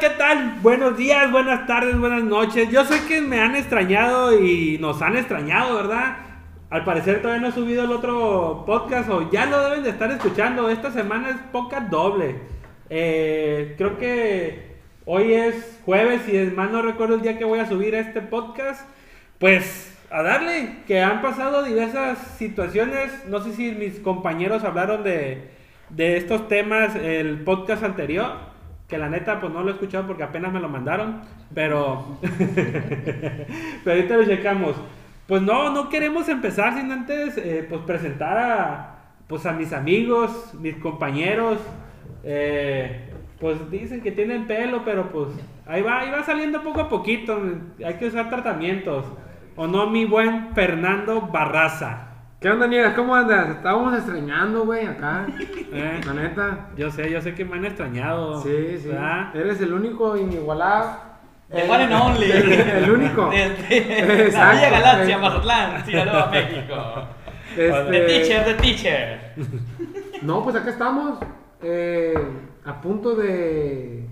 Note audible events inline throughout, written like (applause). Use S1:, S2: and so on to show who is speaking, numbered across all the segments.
S1: ¿qué tal? Buenos días, buenas tardes, buenas noches. Yo sé que me han extrañado y nos han extrañado, ¿verdad? Al parecer todavía no he subido el otro podcast o ya lo deben de estar escuchando. Esta semana es podcast doble. Eh, creo que hoy es jueves y es más no recuerdo el día que voy a subir este podcast. Pues a darle, que han pasado diversas situaciones. No sé si mis compañeros hablaron de, de estos temas el podcast anterior, que la neta pues no lo he escuchado porque apenas me lo mandaron, pero, pero ahorita lo checamos. Pues no, no queremos empezar sin antes eh, pues presentar a, pues, a mis amigos, mis compañeros. eh, pues dicen que tienen pelo, pero pues ahí va, ahí va saliendo poco a poquito. Hay que usar tratamientos. O no, mi buen Fernando Barraza.
S2: ¿Qué onda, Niegas? ¿Cómo andas? Estábamos extrañando, güey, acá.
S1: Eh.
S2: La neta.
S1: Yo sé, yo sé que me han extrañado.
S2: Sí, sí.
S1: ¿verdad?
S2: Eres el único inigualado.
S3: The
S2: El-
S3: one and
S1: (laughs)
S3: only.
S2: (laughs) El
S3: (laughs)
S2: único.
S3: Desde la
S2: Exacto.
S3: Villa Galaxia,
S2: Eh.
S1: (laughs)
S3: Mazatlán, Sinaloa, México. The
S2: Este,
S3: (laughs) teacher, the teacher.
S2: no, pues acá estamos. eh, a punto de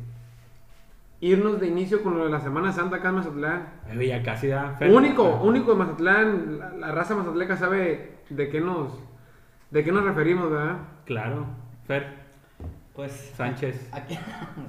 S2: irnos de inicio con lo de la Semana Santa acá en Mazatlán.
S1: Eh, ya casi da. eh,
S2: único, único de Mazatlán. La, la raza mazatleca sabe de qué nos, de qué nos referimos, ¿verdad?
S1: Claro. Fer
S3: Pues.
S1: Sánchez.
S3: Aquí.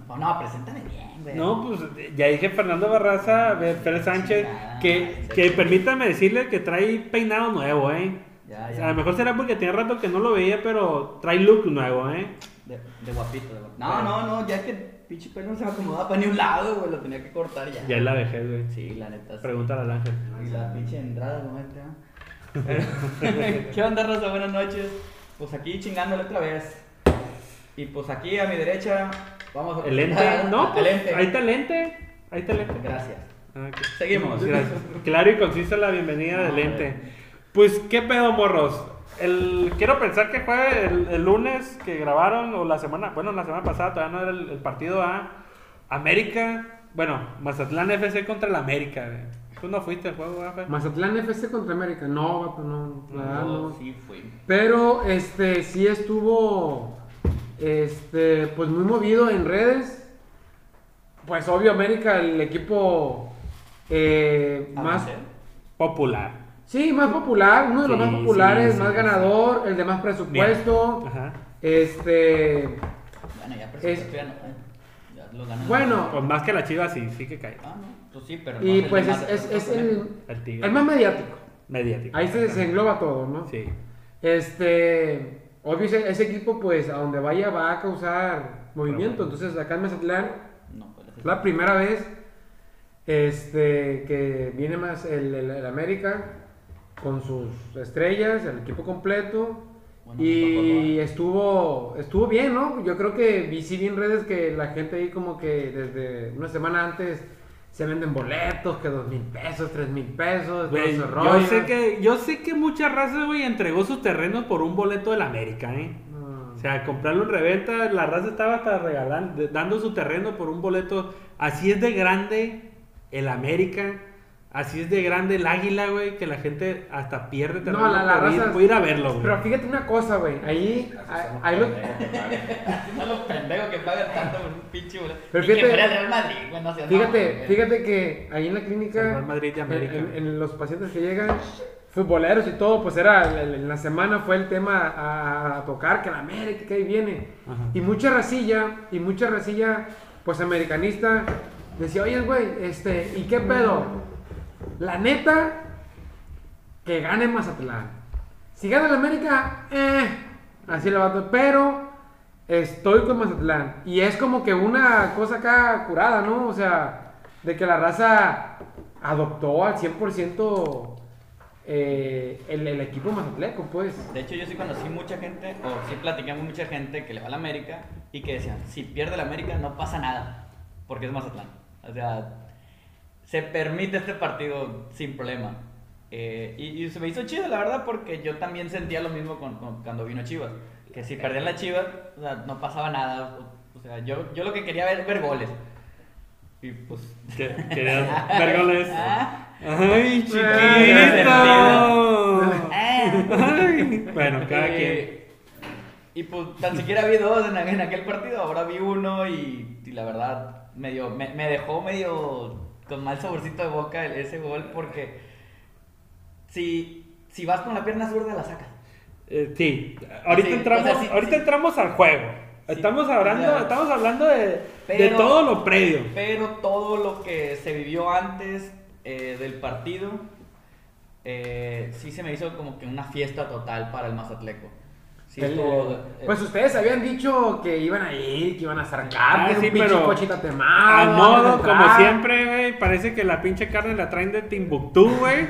S3: No, (laughs) no, preséntame bien, güey.
S1: No, pues eh, ya dije Fernando
S3: Ah,
S1: Barraza, eh, Fer Sánchez, que, que permítame decirle que trae peinado nuevo, ¿eh?
S3: Ya,
S1: A
S3: Ah, ya.
S1: lo mejor será porque tiene rato que no lo veía, pero trae look nuevo, ¿eh?
S3: De, de guapito, de guapito. No, no, no, ya que el pinche pelo no se me acomodaba para ni un lado, güey. Lo tenía que cortar ya.
S1: Ya es la vejez, güey.
S3: Sí, Ah, la neta. sí.
S1: Pregúntale al ángel.
S3: Y la pinche entrada, como este, ¿no? Pero, (laughs) ¿Qué onda, Rosa? Buenas noches. Pues aquí chingándole otra vez. Y pues aquí a mi derecha, vamos
S1: (laughs)
S3: a
S1: El
S3: (laughs)
S1: ente. No, pues,
S3: el ente.
S1: ahí está el ente. Ahí está el ente.
S3: Gracias.
S1: Ah, ok.
S3: Seguimos.
S1: Gracias. Claro y concisa la bienvenida del ente. Pues, ¿qué pedo, morros? El, quiero pensar que fue el, el lunes que grabaron, o la semana, bueno, la semana pasada todavía no era el, el partido a América, bueno, Mazatlán FC contra el América. güey. Tú no fuiste al juego, ¿verdad, Fer?
S2: Mazatlán FC contra América. No, vato, no. La verdad, no.
S3: Sí, fui.
S2: Pero este sí estuvo este pues muy movido en redes. Pues obvio América el equipo eh, más
S3: Avancé.
S1: Popular.
S2: sí, más popular, uno de los
S1: Sí,
S2: más populares,
S1: sí, sí,
S2: más
S1: sí.
S2: ganador, el de más presupuesto.
S1: Ajá.
S2: Este,
S3: Bueno, ya
S2: Es-
S3: presenté, ya no. eh. Ya lo gané.
S2: Bueno.
S1: Pues más que la Chiva, sí, sí que cae.
S3: Ah, no, pues sí, pero. no
S2: y
S3: sé
S2: pues
S3: si
S2: es,
S3: más-
S2: es- es el,
S1: El tigre.
S2: el más mediático.
S1: Mediático.
S2: Ahí se desengloba todo, ¿no?
S1: Sí.
S2: Este, obvio ese, ese equipo pues a donde vaya va a causar movimiento,
S1: bueno.
S2: entonces acá en Mazatlán
S3: No, pues es
S2: Es
S3: el-
S2: La primera vez este, que viene más el, el- el América con sus estrellas, el equipo completo.
S3: Bueno,
S2: y
S3: me
S2: estuvo estuvo bien, ¿no? Yo creo que vi, sí vi en redes que la gente ahí como que desde una semana antes se venden boletos, que dos mil pesos, tres mil pesos, todo
S1: Güey,
S2: ese
S1: yo,
S2: rollo.
S1: sé que, yo sé que mucha raza, güey, entregó sus terrenos por un boleto del América, ¿eh?
S2: No.
S1: O sea, comprarlo en reventa, la raza estaba hasta regalando, de- dando su terreno por un boleto. Así es de grande el América, así es de grande el Águila, güey, que la gente hasta pierde terreno
S2: No, la, la
S1: por,
S2: raza.
S1: ir, por ir a verlo, güey.
S2: Pero fíjate una cosa, güey. Ahí, ahí, ahí lo-
S3: acuerdo. Son los pendejos que pagan tanto por un pinche boleto.
S2: Pero
S3: Y
S2: fíjate-
S3: que fuera el Real Madrid, güey, no seas mamón,
S2: Fíjate,
S3: güey.
S2: fíjate que ahí en la
S1: El
S2: clínica,
S1: Real Madrid de
S2: en,
S1: América.
S2: en- en los pacientes que llegan, futboleros y todo, pues era, el- el- en la semana fue el tema a, a tocar, que la América, que ahí viene.
S1: Ajá.
S2: Y mucha racilla, y mucha racilla, pues americanista, decía, oye, güey, este, ¿y qué pedo? La neta, que gane Mazatlán. Si gana la América, eh, así le va a Pero estoy con Mazatlán. Y es como que una cosa acá curada, ¿no? O sea, de que la raza adoptó al 100% eh, el, el equipo mazatleco, pues.
S3: De hecho, yo sí conocí mucha gente, o sí platiqué con mucha gente que le va a la América y que decían: si pierde la América, no pasa nada, porque es Mazatlán. O sea, se permite este partido sin problema. Eh, y, y se me hizo chido, la verdad, porque yo también sentía lo mismo con, con- cuando vino Chivas. Que si perdían la Chivas, o sea, no pasaba nada. O, o sea, yo, yo lo que quería era ver goles. Y pues.
S1: Que- que- vergoles.
S3: (laughs) Ah,
S1: ¡Ay,
S2: Ah,
S1: chiquito!
S3: ah. (laughs)
S1: Ay, bueno, cada
S3: Eh,
S1: quien.
S3: Y pues tan siquiera vi dos en, en aquel partido, ahora vi uno y, y la verdad medio, me, me dejó medio con mal saborcito de boca el- ese gol porque si, si vas con la pierna zurda la sacas.
S1: Eh, sí, ahorita,
S3: Sí,
S1: entramos,
S3: o sea, sí,
S1: ahorita
S3: sí.
S1: entramos al juego.
S3: Sí,
S1: estamos, hablando,
S3: o sea,
S1: estamos hablando de, de
S3: pero-
S1: todo lo previo.
S3: Pero todo lo que se vivió antes eh, del partido, eh, sí se me hizo como que una fiesta total para el Mazatleco. Sí,
S2: El-
S3: estuvo, eh,
S2: pues ustedes habían dicho que iban a ir, que iban a sacar,
S1: Ah,
S2: que
S1: sí,
S2: un pinche
S1: pero
S2: coche tatemado,
S1: Al
S2: van a
S1: modo,
S2: entrar.
S1: como siempre, güey, parece que la pinche carne la traen de Timbuktu, güey.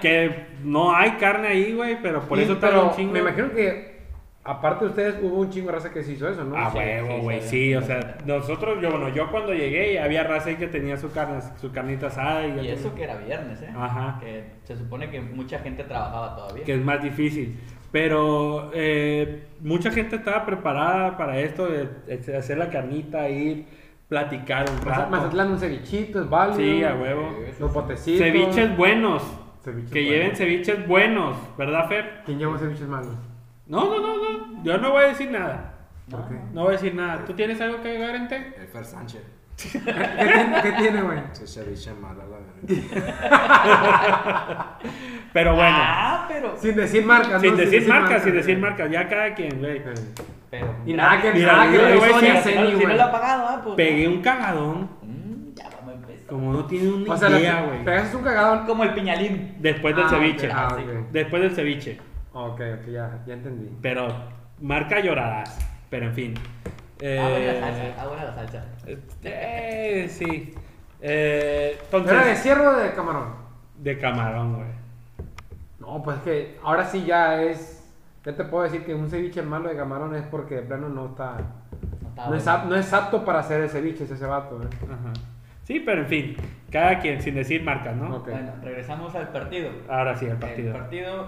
S1: que no hay carne ahí, güey, pero por
S2: Y-
S1: eso está
S2: pero
S1: un chingo.
S2: Me imagino que, aparte de ustedes, hubo un chingo de raza que se hizo eso, ¿no?
S1: Ah,
S3: Sí,
S1: huevo,
S3: sí,
S1: güey, sí,
S3: sí.
S1: o sea, nosotros, yo, bueno, yo cuando llegué había raza ahí que tenía su carne, su carnita asada y,
S3: y eso que era viernes, ¿eh?
S1: Ajá.
S3: Que se supone que mucha gente trabajaba todavía.
S1: que es más difícil. Pero eh, mucha gente estaba preparada para esto de, de hacer la carnita, ir, platicar un
S2: Maza-
S1: rato.
S2: Mazatlán, un cevichito, es válido.
S1: Sí, a huevo.
S2: Los botecitos.
S1: Ceviches buenos.
S2: Ceviches
S1: que
S2: buenos.
S1: lleven ceviches buenos, ¿verdad, Fer?
S2: ¿Quién llama ceviches malos?
S1: No, no, no, no. Yo no voy a decir nada.
S2: ¿Por qué?
S1: No voy a decir nada. ¿Tú tienes algo que agregar, Ente?
S4: El Eh, Fer Sánchez.
S2: (laughs) ¿Qué tiene, qué tiene, güey?
S4: Se ceviche mal a la verga.
S1: Pero bueno,
S3: Ah, pero.
S2: Sin decir marcas,
S1: sin
S2: ¿no?
S1: decir marcas, sin decir marcas. Ya cada quien, güey.
S2: Sí.
S3: pero
S2: Y nada que,
S1: Mira,
S2: nada que
S1: yo le
S2: ver
S1: voy a
S2: con
S1: decir,
S2: Yesenia,
S3: si no, si no
S2: güey.
S3: lo ha pagado, ah, pues.
S1: Pegué un cagadón.
S3: Mm, ya vamos a empezar.
S1: Como no tiene una
S2: O sea, le
S1: idea, güey.
S2: pegas un cagadón.
S3: Como el piñalín.
S1: Después del
S2: Ah,
S1: ceviche.
S2: ok, ah, ok.
S1: Después del ceviche.
S2: Ok, ok, ya, ya entendí.
S1: Pero marca lloradas. Pero en fin. Eh,
S3: Ah, buena la salsa. Ah, buena la salsa.
S1: eh, sí. Eh,
S2: ¿Era de
S1: entonces,
S2: cierre o de camarón?
S1: de camarón, güey.
S2: No, pues que ahora sí ya es. Ya te puedo decir que un ceviche malo de camarón es porque de plano no está.
S3: No estaba
S2: No es,
S3: bueno.
S2: ap- no es apto para hacer el ceviche, es ese vato, ¿eh?
S1: Ajá. Sí, pero en fin. Cada quien, sin decir marcas, ¿no?
S2: Ok.
S3: Bueno, regresamos al partido.
S1: Ahora sí, el
S3: El
S1: partido.
S3: partido,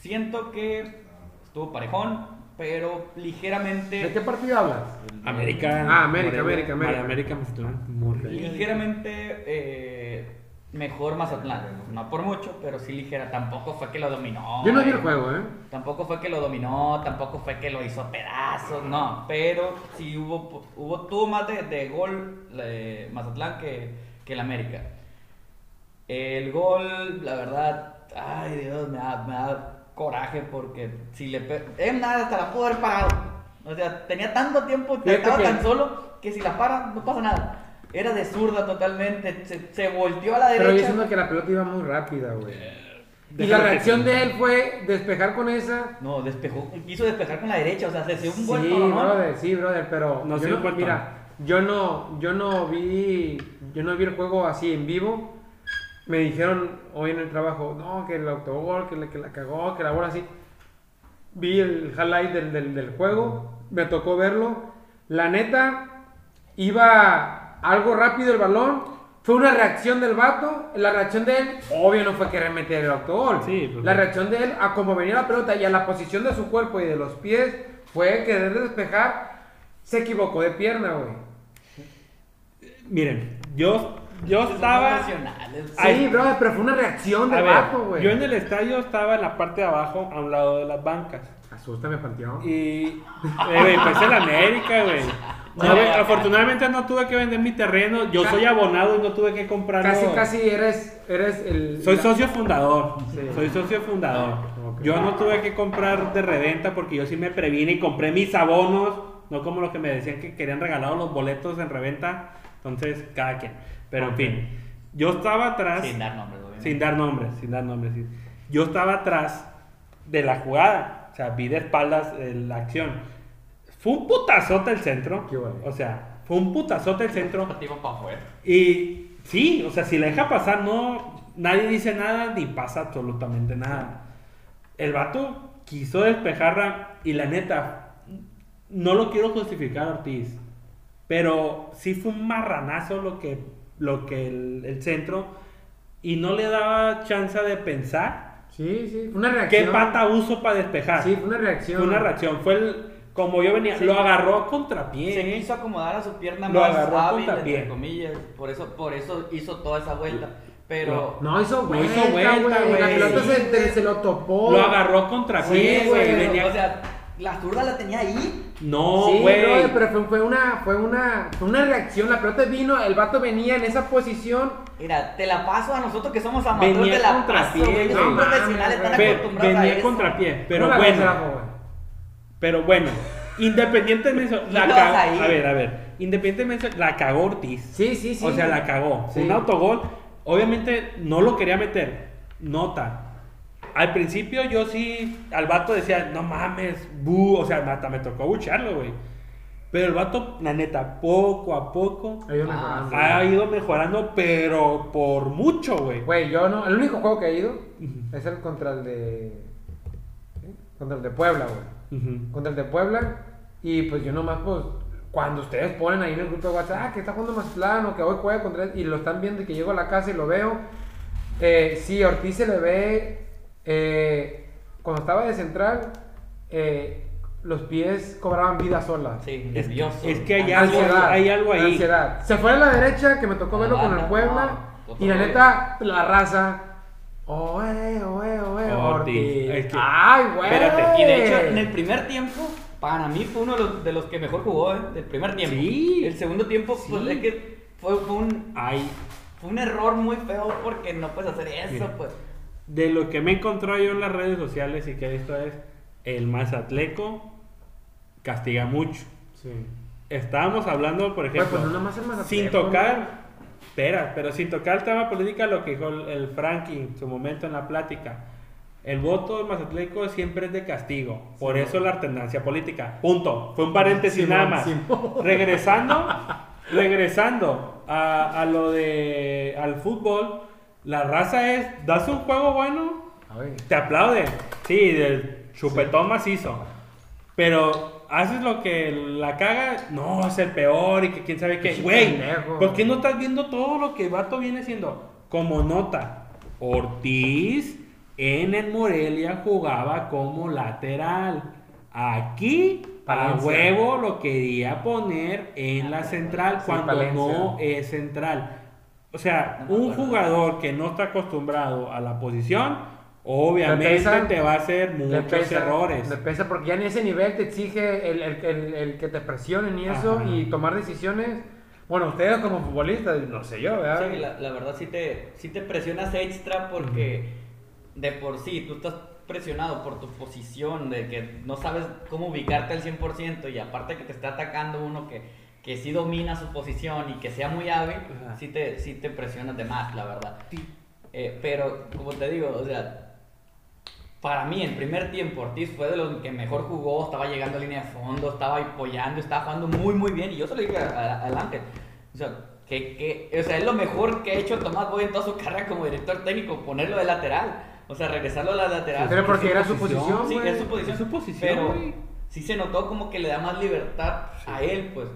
S3: siento que estuvo parejón, pero
S2: ¿De
S3: ligeramente.
S2: qué partido hablas?
S1: América.
S2: Ah, América,
S1: América.
S2: América, América.
S1: América, Mazatlán, Monterrey.
S3: Ligeramente eh, mejor Mazatlán. No por mucho, pero sí ligera. Tampoco fue que lo dominó.
S2: Yo no vi el
S3: eh.
S2: juego, ¿eh?
S3: Tampoco fue que lo dominó, tampoco fue que lo hizo a pedazos, no. Pero sí hubo, hubo tuvo más de, de gol eh, Mazatlán que, que el América. El gol, la verdad, ay Dios, me da, me da coraje porque si le pe- Es nada, hasta la pudo haber parado. O sea, tenía tanto tiempo,
S2: Fíjate
S3: estaba
S2: que-
S3: tan solo que si la para, no pasa nada. Era de zurda totalmente, se, se volteó a la
S2: Pero yo
S3: derecha.
S2: siento que la pelota iba muy rápida, güey. Y
S1: déjalo
S2: la
S1: que
S2: reacción
S1: sí.
S2: de él fue despejar con esa.
S3: No, despejó, quiso despejar con la derecha, o sea, se dio un
S2: Sí,
S3: buen tolonón.
S2: brother, sí, brother, pero
S1: No,
S2: yo
S1: sí, cuento.
S2: mira, yo no, yo no vi, yo no vi el juego así en vivo. Me dijeron hoy en el trabajo, no, que el autogol, que la, que la cagó, que la bola así. Vi el highlight del, del, del juego, me tocó verlo. La neta, iba algo rápido el balón. Fue una reacción del vato. La reacción de él, obvio, no fue querer meter el autogol.
S1: Sí, pues,
S2: la
S1: sí.
S2: reacción de él a cómo venía la pelota y a la posición de su cuerpo y de los pies fue querer despejar. Se equivocó de pierna, güey.
S1: Miren, yo, yo
S3: Son
S1: estaba.
S3: profesionales.
S1: Ay,
S2: Sí, bro, pero fue una reacción
S1: A
S2: del
S1: ver,
S2: vato, güey.
S1: yo en el estadio estaba en la parte de abajo, a un lado de las bancas.
S2: Asústame, Panteón.
S1: Y. eh, güey, pues el América, güey. No, güey, afortunadamente no tuve que vender mi terreno. Yo soy abonado y no tuve que comprarlo.
S2: Casi, casi eres, eres el...
S1: Soy
S2: la-
S1: socio fundador.
S2: Sí.
S1: Soy socio fundador.
S2: Ok.
S1: Yo no tuve que comprar de reventa porque yo sí me previne y compré mis abonos, no como los que me decían que querían regalados los boletos en reventa. Entonces, cada quien. Pero en fin, yo estaba atrás.
S3: Sin dar nombres, obviamente.
S1: Sin dar nombres, sin dar nombres. sí. Yo estaba atrás de la jugada. O sea, vi de espaldas eh, la acción. Fue un putazote el centro.
S2: Qué vale.
S1: O sea, fue un putazote el centro.
S3: Deportivo pa' afuera.
S1: Y sí, o sea, si la deja pasar, no, nadie dice nada ni pasa absolutamente nada. El vato quiso despejarla y la neta, no lo quiero justificar, Ortiz, pero sí fue un marranazo lo que, lo que el, el centro y no le daba chance de pensar
S2: Sí, sí, fue una reacción.
S1: qué pata uso para despejar.
S2: Sí, fue una reacción.
S1: Fue una reacción, fue el, como yo venía,
S3: Sí.
S1: lo agarró contra pie.
S3: Se quiso acomodar a su pierna
S1: Lo
S3: más
S1: agarró
S3: hábil,
S1: puntapié.
S3: entre comillas. Por eso, por eso hizo toda esa vuelta. Pero.
S2: No hizo
S1: No hizo
S2: vuelta, güey.
S1: vuelta,
S2: La
S1: güey.
S2: pelota
S1: Sí,
S2: se, se- se lo topó.
S1: lo agarró contra
S2: Sí,
S1: pie,
S2: güey,
S1: güey,
S3: pero,
S1: venía-
S3: o sea,
S5: la zurda la tenía ahí.
S1: No,
S2: sí,
S1: güey.
S2: brother, pero fue, fue una, fue una, fue una reacción. La pelota vino, el vato venía en esa posición.
S3: Mira, te la paso a nosotros que somos amateurs
S1: Venía
S3: de la
S1: contra
S3: paso,
S1: pie,
S3: güey. Ellos son
S2: güey.
S3: profesionales, están
S2: Ve-
S1: Pe-
S3: acostumbrados a
S1: venía
S3: eso.
S1: contra pie, pero
S2: Una vez se la
S1: bueno.
S2: jugó.
S1: Pero bueno, independientemente de eso, la
S3: Y
S1: ca-
S3: los ahí.
S1: A ver, a ver. Independientemente de eso, la cagó Ortiz.
S2: Sí, sí, sí.
S1: O sea, la cagó.
S2: Sí.
S1: Un autogol. Obviamente no lo quería meter. Nota. Al principio yo sí, al vato decía, no mames, bu, o sea, hasta me tocó bucharlo, güey. Pero el vato, la neta, poco a poco
S2: Ahí una
S3: Ah,
S2: jugada.
S1: ha ido mejorando, pero por mucho, güey.
S2: Güey, yo no. El único juego que he ido es el contra el de. ¿eh? Contra el de Puebla, güey.
S1: Ujú.
S2: Contra el de Puebla. Y pues yo nomás, pues. Cuando ustedes ponen ahí en el grupo de WhatsApp, ah, que está jugando Mazatlán o que hoy juega contra él, y lo están viendo y que llego a la casa y lo veo. Eh, sí, Ortiz se le ve. eh, cuando estaba de central, eh, los pies cobraban vida sola.
S3: Sí,
S1: Es,
S3: nervioso.
S1: es que hay algo, hay algo ahí.
S2: Ansiedad. Se fue a la derecha, que me tocó verlo con el
S3: Ah,
S2: Puebla.
S3: no,
S2: y la
S3: otro
S2: neta, la raza. Oe, oe, oe,
S1: Ortiz.
S2: Ortiz.
S1: Es que-
S2: Ay, güey.
S1: Espérate,
S3: Y de hecho, en el primer tiempo, para mí fue uno de los, de los que mejor jugó, ¿eh? Del primer tiempo.
S1: Sí.
S3: El segundo tiempo, pues
S1: Sí.
S3: es que fue, fue un,
S1: Ay,
S3: fue un error muy feo porque no puedes hacer eso,
S1: Mira.
S3: pues.
S1: de lo que me encontró yo en las redes sociales y que esto es, el Mazatleco castiga mucho.
S4: Sí.
S1: Estábamos hablando, por
S2: Güey,
S1: ejemplo,
S2: pues, nada más el Mazatlán,
S1: sin
S2: güey.
S1: tocar, espera, pero sin tocar el tema política, lo que dijo el, el Frankie en su momento en la plática. El voto del mazatleco siempre es de castigo, por eso la alternancia política. Punto. Fue un paréntesis
S2: Simón,
S1: nada más.
S2: Simón. (laughs)
S1: Regresando, regresando a, a lo de al fútbol, la raza es, das un juego bueno,
S2: Ay.
S1: te aplauden. Sí, del chupetón macizo. Pero haces lo que la caga, no, es el peor y que quién sabe qué.
S2: Sí,
S1: Güey,
S2: pendejo.
S1: ¿por qué no estás viendo todo lo que Vato viene haciendo? Como nota, Ortiz en el Morelia jugaba como lateral. Aquí, a
S2: Palencia.
S1: huevo, lo quería poner en la central
S2: Sí,
S1: cuando
S2: Palencia.
S1: no es central. O sea,
S3: No me
S1: un
S3: acuerdo.
S1: jugador que no está acostumbrado a la posición, obviamente
S2: Le pesa,
S1: te va a hacer
S2: Le
S1: muchos
S2: pesa,
S1: errores.
S2: le pesa porque ya en ese nivel te exige el, el- el- el que te presionen y eso
S1: Ajá.
S2: y tomar decisiones. Bueno, ustedes como futbolistas, no sé yo, ¿verdad?
S3: Sí, la, la verdad sí te, sí te presionas extra porque de por sí tú estás presionado por tu posición, de que no sabes cómo ubicarte al 100% y aparte que te está atacando uno que, que sí domina su posición y que sea muy hábil,
S1: Ajá.
S3: sí te, sí te presionas de más, la verdad. Eh, pero como te digo, o sea, para mí, el primer tiempo, Ortiz fue de los que mejor jugó, estaba llegando a línea de fondo, estaba apoyando, estaba jugando muy, muy bien. Y yo se lo dije a- a- adelante. O sea, que, que- o sea, es lo mejor que ha hecho Tomás Boy en toda su (laughs) carrera como director técnico, ponerlo de lateral. O sea, regresarlo a la lateral.
S2: Pero porque era su
S1: posición,
S2: posición,
S3: Sí,
S2: güey.
S3: es su posición.
S1: Es su posición,
S3: Pero
S1: güey.
S3: sí se notó como que le da más libertad a él, pues.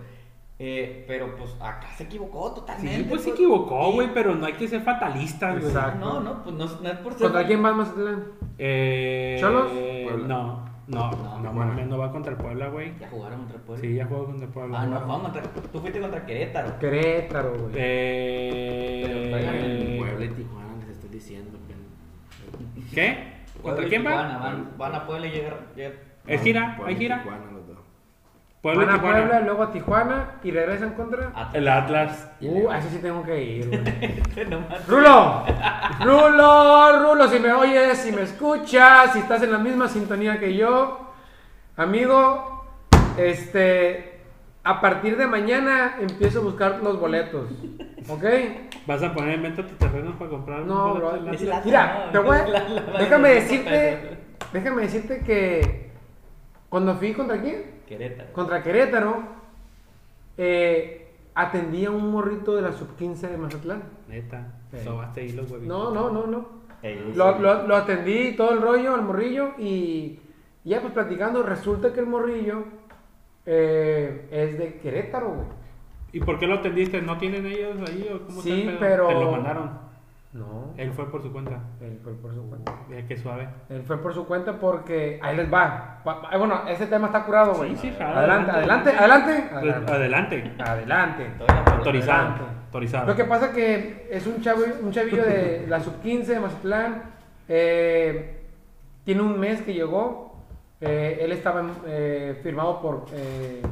S3: Eh, pero pues acá se equivocó totalmente.
S1: Sí, pues se
S3: pues.
S1: equivocó,
S3: Y-
S1: güey, pero no hay que ser fatalista, güey.
S2: Exacto.
S3: No, no, pues no, no es por ser.
S2: ¿Contra quién más Mazatlán?
S1: Eh,
S2: ¿Cholos?
S4: Puebla.
S1: No, no, no,
S3: No,
S1: no,
S4: Tijuana.
S1: mames, no va contra el Puebla, güey.
S3: Ya jugaron contra el Puebla.
S1: Sí, ya jugó contra el Puebla.
S3: Ah, no, jugamos contra. Tú fuiste contra Querétaro.
S2: Querétaro, güey.
S1: Eh,
S3: Pero
S4: Eh, Puebla y Tijuana les estoy diciendo. pero-
S1: ¿Qué? ¿Contra
S3: Puebla y
S1: quién
S3: Tijuana,
S1: va?
S3: Van, van a Puebla y llegar. llegar-
S1: ¿Es gira?
S4: Puebla
S1: ¿Hay
S4: y
S1: gira?
S4: Tijuana los dos.
S1: Puebla
S2: Van
S1: y
S2: a Puebla,
S1: Tijuana.
S2: luego a Tijuana y regresan contra.
S3: Atlas.
S1: El Atlas.
S2: Uh, a eso sí tengo que ir, güey.
S3: (laughs) No más.
S2: Rulo, Rulo, Rulo, si me oyes, si me escuchas, si estás en la misma sintonía que yo, amigo, este, a partir de mañana empiezo a buscar los boletos, ¿ok?
S1: ¿Vas a poner en venta tu terreno para comprar? un
S3: (laughs)
S2: No,
S1: boleto
S2: bro,
S1: del Atlas?
S3: el Atlas,
S2: mira,
S3: no,
S2: te voy,
S3: es la- la-
S2: déjame
S3: la-
S2: decirte, déjame decirte que cuando fui contra quién,
S3: Querétaro.
S2: contra Querétaro, eh, atendí a un morrito de la sub 15 de Mazatlán.
S1: Neta,
S2: Sí.
S1: sobaste ahí los huevitos.
S2: No, no, no, no.
S3: Ey,
S2: Lo,
S3: sí.
S2: lo, lo atendí todo el rollo al morrillo y ya pues platicando, resulta que el morrillo eh, es de Querétaro, güey.
S1: ¿Y por qué lo atendiste? ¿No tienen ellos ahí o cómo está
S2: Sí,
S1: el pedo?
S2: pero-
S1: Te lo mandaron.
S2: No,
S1: Él fue por su cuenta.
S2: él fue por su cuenta.
S1: Mira qué suave.
S2: Él fue por su cuenta porque ahí les va. Va- va- Bueno, ese tema está curado, güey.
S1: Sí, sí, jala,
S2: Ah, adelante, adelante, adelante. Adelante.
S1: Pues, Adelante.
S2: Adelante.
S3: Todavía no puedo.
S1: Autorizado.
S2: Adelante.
S1: Autorizado.
S2: Lo que pasa que es un chavo, un
S1: (laughs)
S2: chavillo de la sub 15 de Mazatlán. eh, tiene un mes que llegó. Eh, él estaba en- eh, firmado por eh,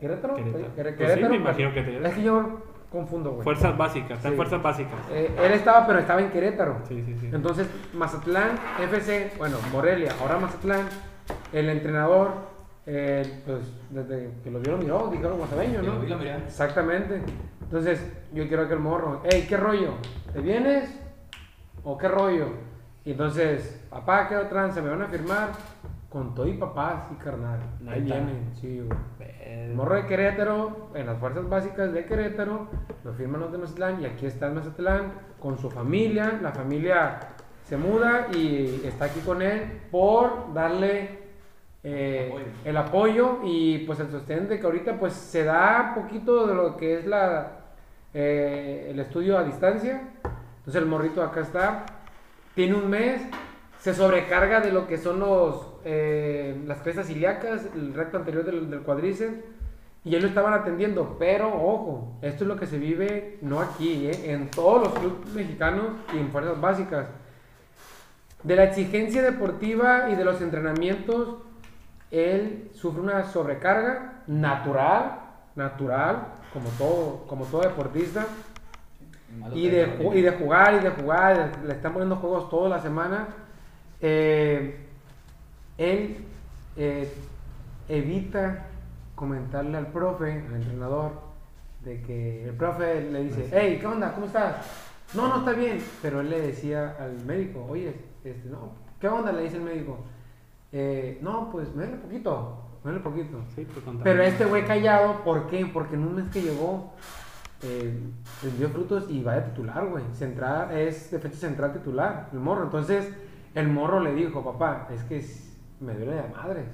S2: Querétaro.
S1: Querétaro.
S2: Quer-
S1: Pues sí,
S2: Querétaro,
S1: me imagino
S2: pero-
S1: que te-
S2: Es que yo confundo, güey.
S1: Fuerzas básicas, está en
S2: Sí.
S1: fuerzas básicas.
S2: Eh, él estaba, pero estaba en Querétaro.
S1: Sí, sí, sí.
S2: Entonces, Mazatlán, FC, bueno, Morelia, ahora Mazatlán, el entrenador, eh, pues desde que lo vio lo miró, dijeron guasabeño, ¿no?
S3: Lo vi, lo miré.
S2: Exactamente. Entonces, yo quiero que el morro, hey, ¿qué rollo? ¿Te vienes? ¿O qué rollo? Y entonces, papá, ¿qué otra? Se me van a firmar con todo y papás y carnal. Ahí
S1: Neta.
S2: vienen, sí, güey. El morro de Querétaro, en las fuerzas básicas de Querétaro, lo firman los de Mazatlán y aquí está en Mazatlán con su familia. La familia se muda y está aquí con él por darle eh,
S3: Apoyo.
S2: el apoyo y pues el sostén de que ahorita pues se da poquito de lo que es la eh, el estudio a distancia. Entonces el morrito acá está, tiene un mes, se sobrecarga de lo que son los, eh, las crestas ilíacas, el recto anterior del, del cuádriceps, y él lo estaban atendiendo, pero ojo, esto es lo que se vive no aquí, eh, en todos los clubes mexicanos y en fuerzas básicas. De la exigencia deportiva y de los entrenamientos, él sufre una sobrecarga natural, natural, como todo, como todo deportista,
S3: Malo
S2: y
S3: que
S2: de,
S3: no,
S2: ju- y de jugar y de jugar, le están poniendo juegos toda la semana. Eh, él eh, evita comentarle al profe, al entrenador, de que el profe le dice, hey, ¿qué onda? ¿Cómo estás? No, no está bien. Pero él le decía al médico, oye, este, no, ¿qué onda? Le dice el médico. "Eh, no, pues me duele poquito, me duele poquito.
S1: Sí, pues, con
S2: Pero
S1: tal-
S2: este güey callado, ¿por qué? Porque en un mes que llegó, eh, rindió frutos y va de titular, güey. Central, es defensa central titular, el morro. Entonces, el morro le dijo, papá, es que es- me duele de madres.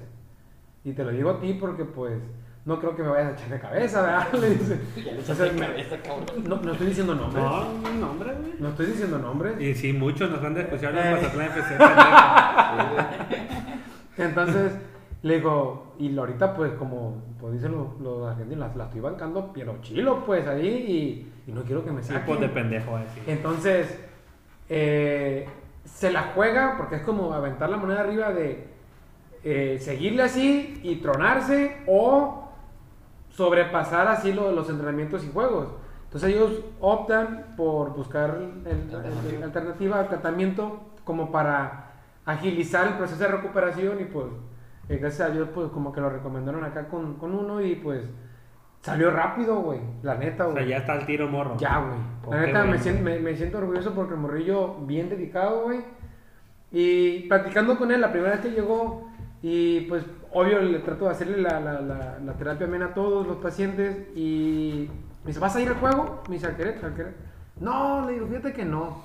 S2: Y te lo digo a ti porque, pues, no creo que me vayas a echar de cabeza, ¿verdad? (laughs) Le dice.
S3: Ya le
S2: O sea,
S3: echaste cabeza, cabrón.
S2: no, no estoy diciendo nombres. No,
S1: No, no, hombre, güey.
S2: estoy diciendo nombres.
S1: Y sí, muchos nos han de escuchar los
S2: Eh.
S1: Mazatlán FC.
S2: (laughs)
S1: pendejo.
S2: Entonces, le digo, y lo- ahorita pues como pues, dicen los, los argentinos, la, la estoy bancando, pero chilo pues ahí y, y no quiero que me
S1: Sí,
S2: saquen.
S1: pues de pendejo, a decir.
S2: Entonces, eh, se la juega porque es como aventar la moneda arriba de eh, seguirle así y tronarse o sobrepasar así lo- los entrenamientos y juegos. Entonces ellos optan por buscar el- el-
S3: Alternativa.
S2: alternativa al tratamiento como para agilizar el proceso de recuperación y pues eh, gracias a Dios pues como que lo recomendaron acá con, con uno y pues salió rápido, güey, la neta,
S1: O
S2: güey.
S1: sea, ya está el tiro morro.
S2: Ya, güey.
S1: Con
S2: La
S1: qué
S2: neta, me
S1: bueno.
S2: siento, me, me siento orgulloso porque el morrillo bien dedicado, güey. Y platicando con él la primera vez que llegó, y pues obvio le trato de hacerle la, la- la- la terapia amena a todos los pacientes. Y me dice, ¿vas a ir al juego? Me dice, al Querétaro, al Querétaro. No, le digo, fíjate que no.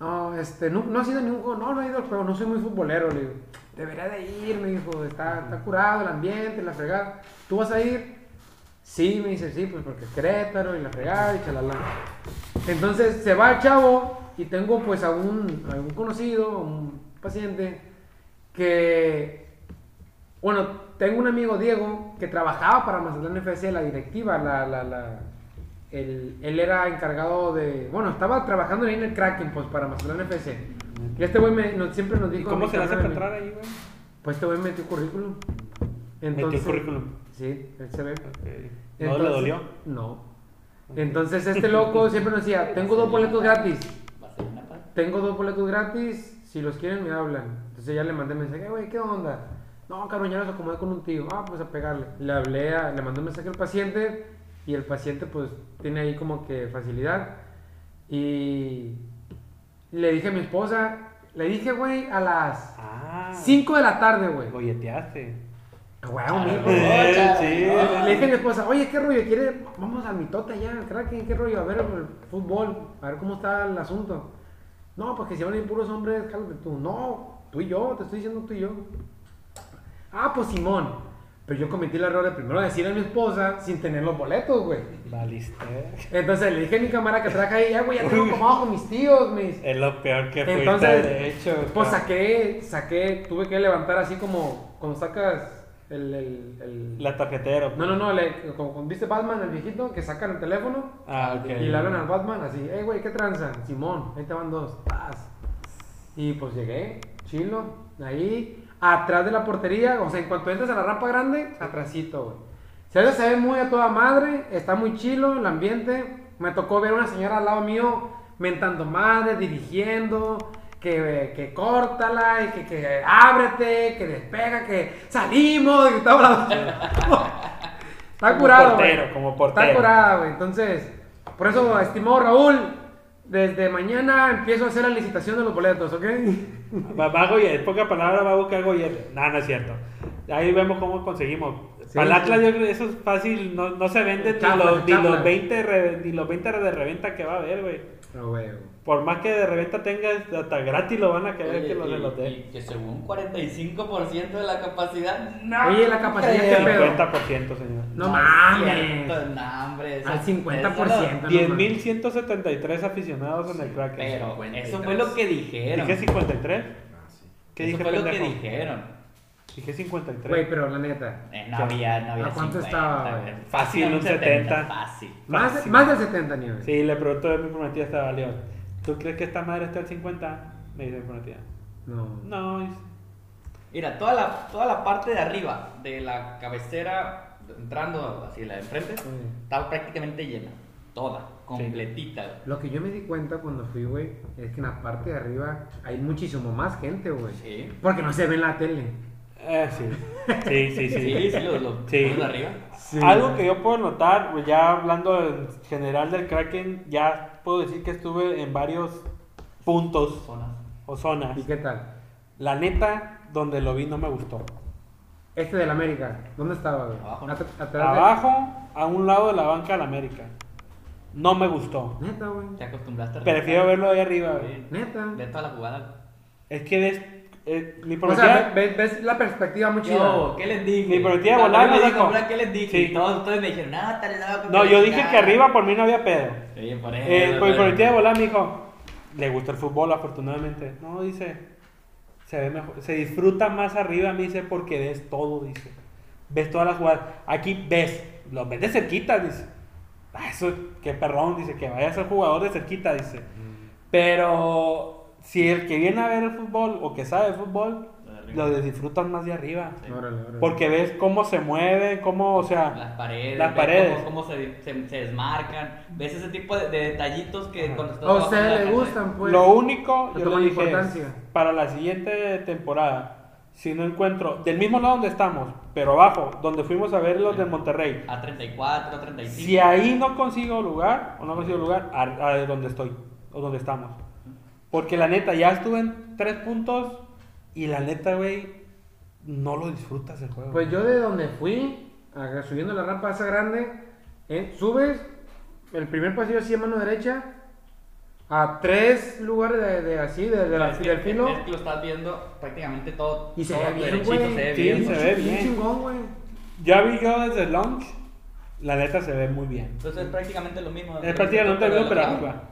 S2: No, este, no, no has ido a ningún juego, no, no he ido al juego, no soy muy futbolero, le digo. Debería de ir, me dijo, está, está curado el ambiente, la fregada. ¿Tú vas a ir? Sí, me dice, sí, pues porque es Querétaro y la fregada y chalala. Entonces se va el chavo y tengo pues a un, a un conocido, a un paciente que, bueno, tengo un amigo Diego que trabajaba para Mazatlán FC, la directiva, la, la, la- él, él era encargado de, bueno, estaba trabajando ahí en el Kraken pues para Mazatlán FC. Y este güey me- nos- siempre nos
S1: ¿Y
S2: dijo... a
S1: cómo
S2: mi
S1: se le hace para
S2: carnal,
S1: entrar ahí, güey?
S2: Pues este güey metió currículum. Entonces,
S1: currículum.
S2: Sí, él se ve.
S1: Ok. ¿No le
S2: Entonces-
S1: dolió?
S2: No. Entonces este loco siempre nos decía, tengo dos boletos gratis,
S3: Va a ser una pa-
S2: tengo dos boletos gratis, si los quieren me hablan. Entonces ya le mandé mensaje, güey, ¿qué onda? No, cabrón, ya los acomodé con un tío, ah, pues a pegarle. Le hablé, a- le mandé un mensaje al paciente y el paciente pues tiene ahí como que facilidad. Y le dije a mi esposa, le dije, güey, a las
S1: Ah.
S2: 5 de la tarde, güey.
S1: Golleteaste.
S2: Ah, güey, un
S3: Ah,
S2: hijo.
S3: güey.
S1: Eh,
S2: Le dije a
S1: sí.
S2: mi esposa, oye, ¿qué rollo? ¿Quiere? Vamos a mi tota ya, al Kraken, ¿qué rollo? A ver el fútbol, a ver cómo está el asunto. No, pues que si van a ir puros hombres, jálate tú. No, tú y yo, te estoy diciendo tú y yo. Ah, pues Simón. Pero yo cometí el error de primero decirle a mi esposa sin tener los boletos, güey.
S1: Valiste.
S2: Entonces le dije a mi cámara que trabaja ahí, ya, güey, ya tengo como con mis tíos, mis.
S1: Es lo peor que fuiste
S2: Entonces,
S1: de hecho.
S2: Pues
S1: pa-
S2: saqué, saqué, tuve que levantar así como cuando sacas el. el, el-
S1: La tarjetero.
S2: No, no, no, le, como, como viste Batman, el viejito, que sacan el teléfono
S1: Ah, ok.
S2: y le hablan al Batman así, hey, güey, ¿qué tranza? Simón, ahí te van dos. Paz. Y pues llegué, chilo, ahí. atrás de la portería, o sea, en cuanto entras a la rampa grande, atrasito, güey. Se ve- se ve muy a toda madre, está muy chilo el ambiente. Me tocó ver a una señora al lado mío mentando madre, dirigiendo, que, que córtala, y que, que ábrete, que despega, que salimos, y
S1: (laughs)
S2: estaba hablando. Está
S1: Como
S2: curado,
S1: portero,
S2: güey.
S1: como portero.
S2: Está curada, güey. Entonces, por eso, estimado Raúl, desde mañana empiezo a hacer la licitación de los boletos, ¿ok?
S1: Va, va a Goyet, poca palabra, va a buscar Goyet. No, no es cierto. Ahí vemos cómo conseguimos.
S2: Sí,
S1: Para el
S2: sí.
S1: Atlas, yo creo que eso es fácil. No, no se venden ni,
S2: Chafla,
S1: los, ni,
S2: chafla.
S1: los 20 re- ni los 20 de reventa que va a haber, güey.
S2: No, güey. güey.
S1: Por más que de reventa tengas, hasta gratis lo van a querer
S3: Oye,
S1: que los
S3: y-
S1: del
S3: y
S1: hotel.
S3: que según 45% de la capacidad. No.
S2: Oye, la capacidad,
S3: creo.
S2: ¿qué pedo?
S1: 50%, señor.
S2: No
S3: mames.
S2: mames.
S3: No, hombre. eso-
S2: Al 50%.
S1: 10.173 aficionados en el crack.
S3: Pero
S4: 53.
S3: eso fue lo que dijeron.
S1: ¿Dije 53?
S4: Ah, sí.
S1: ¿Qué
S3: eso
S1: dije,
S3: fue lo que
S1: pendejo?
S3: dijeron.
S1: Dije 53.
S2: Güey, pero la neta.
S3: Eh, no
S1: ¿Qué?
S3: había, no había
S2: ¿A cuánto
S3: 50,
S2: estaba, güey?
S1: Fácil, un 70.
S3: Fácil.
S2: Más, de-
S1: Fácil.
S2: más del 70, nivel.
S1: Sí, le pregunto a mi prometida, estaba León. ¿Tú crees que esta madre está al 50? Me dice mi prometida.
S2: No.
S1: No, dice,
S3: Mira, toda la, toda la parte de arriba de la cabecera, entrando así la de enfrente,
S2: eh,
S3: estaba prácticamente llena. Toda, completita. güey.
S2: Lo que yo me di cuenta cuando fui, güey, es que en la parte de arriba hay muchísimo más gente, güey.
S3: Sí.
S2: Porque no se ve en la tele.
S1: eh, sí. Sí, sí, sí.
S3: Sí, sí, los, los-
S1: Sí.
S3: los de arriba.
S2: Sí.
S1: Algo que yo puedo notar, pues, ya hablando en general del Kraken, ya puedo decir que estuve en varios puntos
S3: Zonas.
S1: o zonas.
S2: ¿Y qué tal?
S1: La neta, donde lo vi no me gustó.
S2: Este del América, ¿dónde estaba, güey?
S3: Abajo, ¿no?
S2: At- atrás de-
S1: Abajo, a un lado de la banca de la América. No me gustó.
S2: Neta, güey.
S3: Te acostumbraste a
S1: Prefiero verlo ahí arriba. güey.
S3: Sí.
S2: Neta.
S3: Ve toda la jugada.
S1: Es que ves, eh, mi
S2: O sea,
S1: prometida
S2: ve- ve- ves la perspectiva muy chida.
S3: Yo, ¿qué les dije?
S1: Mi prometida
S3: Cuando
S1: volaba,
S3: yo me
S1: dijo.
S3: comprar, ¿Qué les dije?
S1: Sí.
S3: Y todos ustedes me dijeron, no, está loco.
S1: No,
S3: que
S1: yo
S3: la
S1: dije que
S3: chingada".
S1: arriba por mí no había pedo.
S3: Sí, por eso,
S1: Eh, pues
S3: por
S1: mi prometida de volar me dijo, le gusta el fútbol afortunadamente. No, dice, se ve mejor, se disfruta más arriba, me dice, porque ves todo, dice. Ves todas las jugadas. Aquí ves, los ves de cerquita, dice. Ah, eso, qué perrón, dice, que vaya a ser jugador de cerquita, dice. Pero si el que viene a ver el fútbol o que sabe de fútbol, lo disfrutan más de arriba.
S2: Órale, órale.
S1: Porque ves cómo se mueve, cómo, o sea...
S3: Las paredes,
S1: Las
S3: ves
S1: paredes.
S3: Cómo, cómo se, se, se desmarcan. Ves ese tipo de, de detallitos que
S1: Ajá.
S3: cuando estás
S2: A
S3: abajo en la
S2: ustedes les
S3: cancha-
S2: gustan, pues.
S1: Lo único,
S2: Le
S1: yo
S2: toman
S1: le dije,
S2: importancia.
S1: para la siguiente temporada, si no encuentro, del mismo lado donde estamos, pero abajo, donde fuimos a ver los de Monterrey,
S3: A 34, a 35.
S1: si ahí no consigo lugar, o no consigo lugar, a, a donde estoy, o donde estamos. Porque la neta, ya estuve en tres puntos y la neta, güey, no lo disfrutas el juego.
S2: Pues yo de donde fui, acá subiendo la rampa esa grande, eh, subes el primer pasillo así a mano derecha, a tres lugares de, de así, de, de la-
S3: Es que-
S2: del filo,
S3: Es que lo estás viendo prácticamente todo.
S2: y se
S3: todo
S2: ve bien,
S3: derechito,
S2: güey.
S3: Se ve
S1: Sí,
S3: bien.
S1: se
S3: pues.
S1: ve bien.
S2: chingón, güey.
S1: Ya vi yo desde el launch, la neta se ve muy bien.
S3: Entonces es prácticamente lo mismo.
S1: Es prácticamente lo mismo, pero
S3: del otro
S1: arriba.
S3: lado.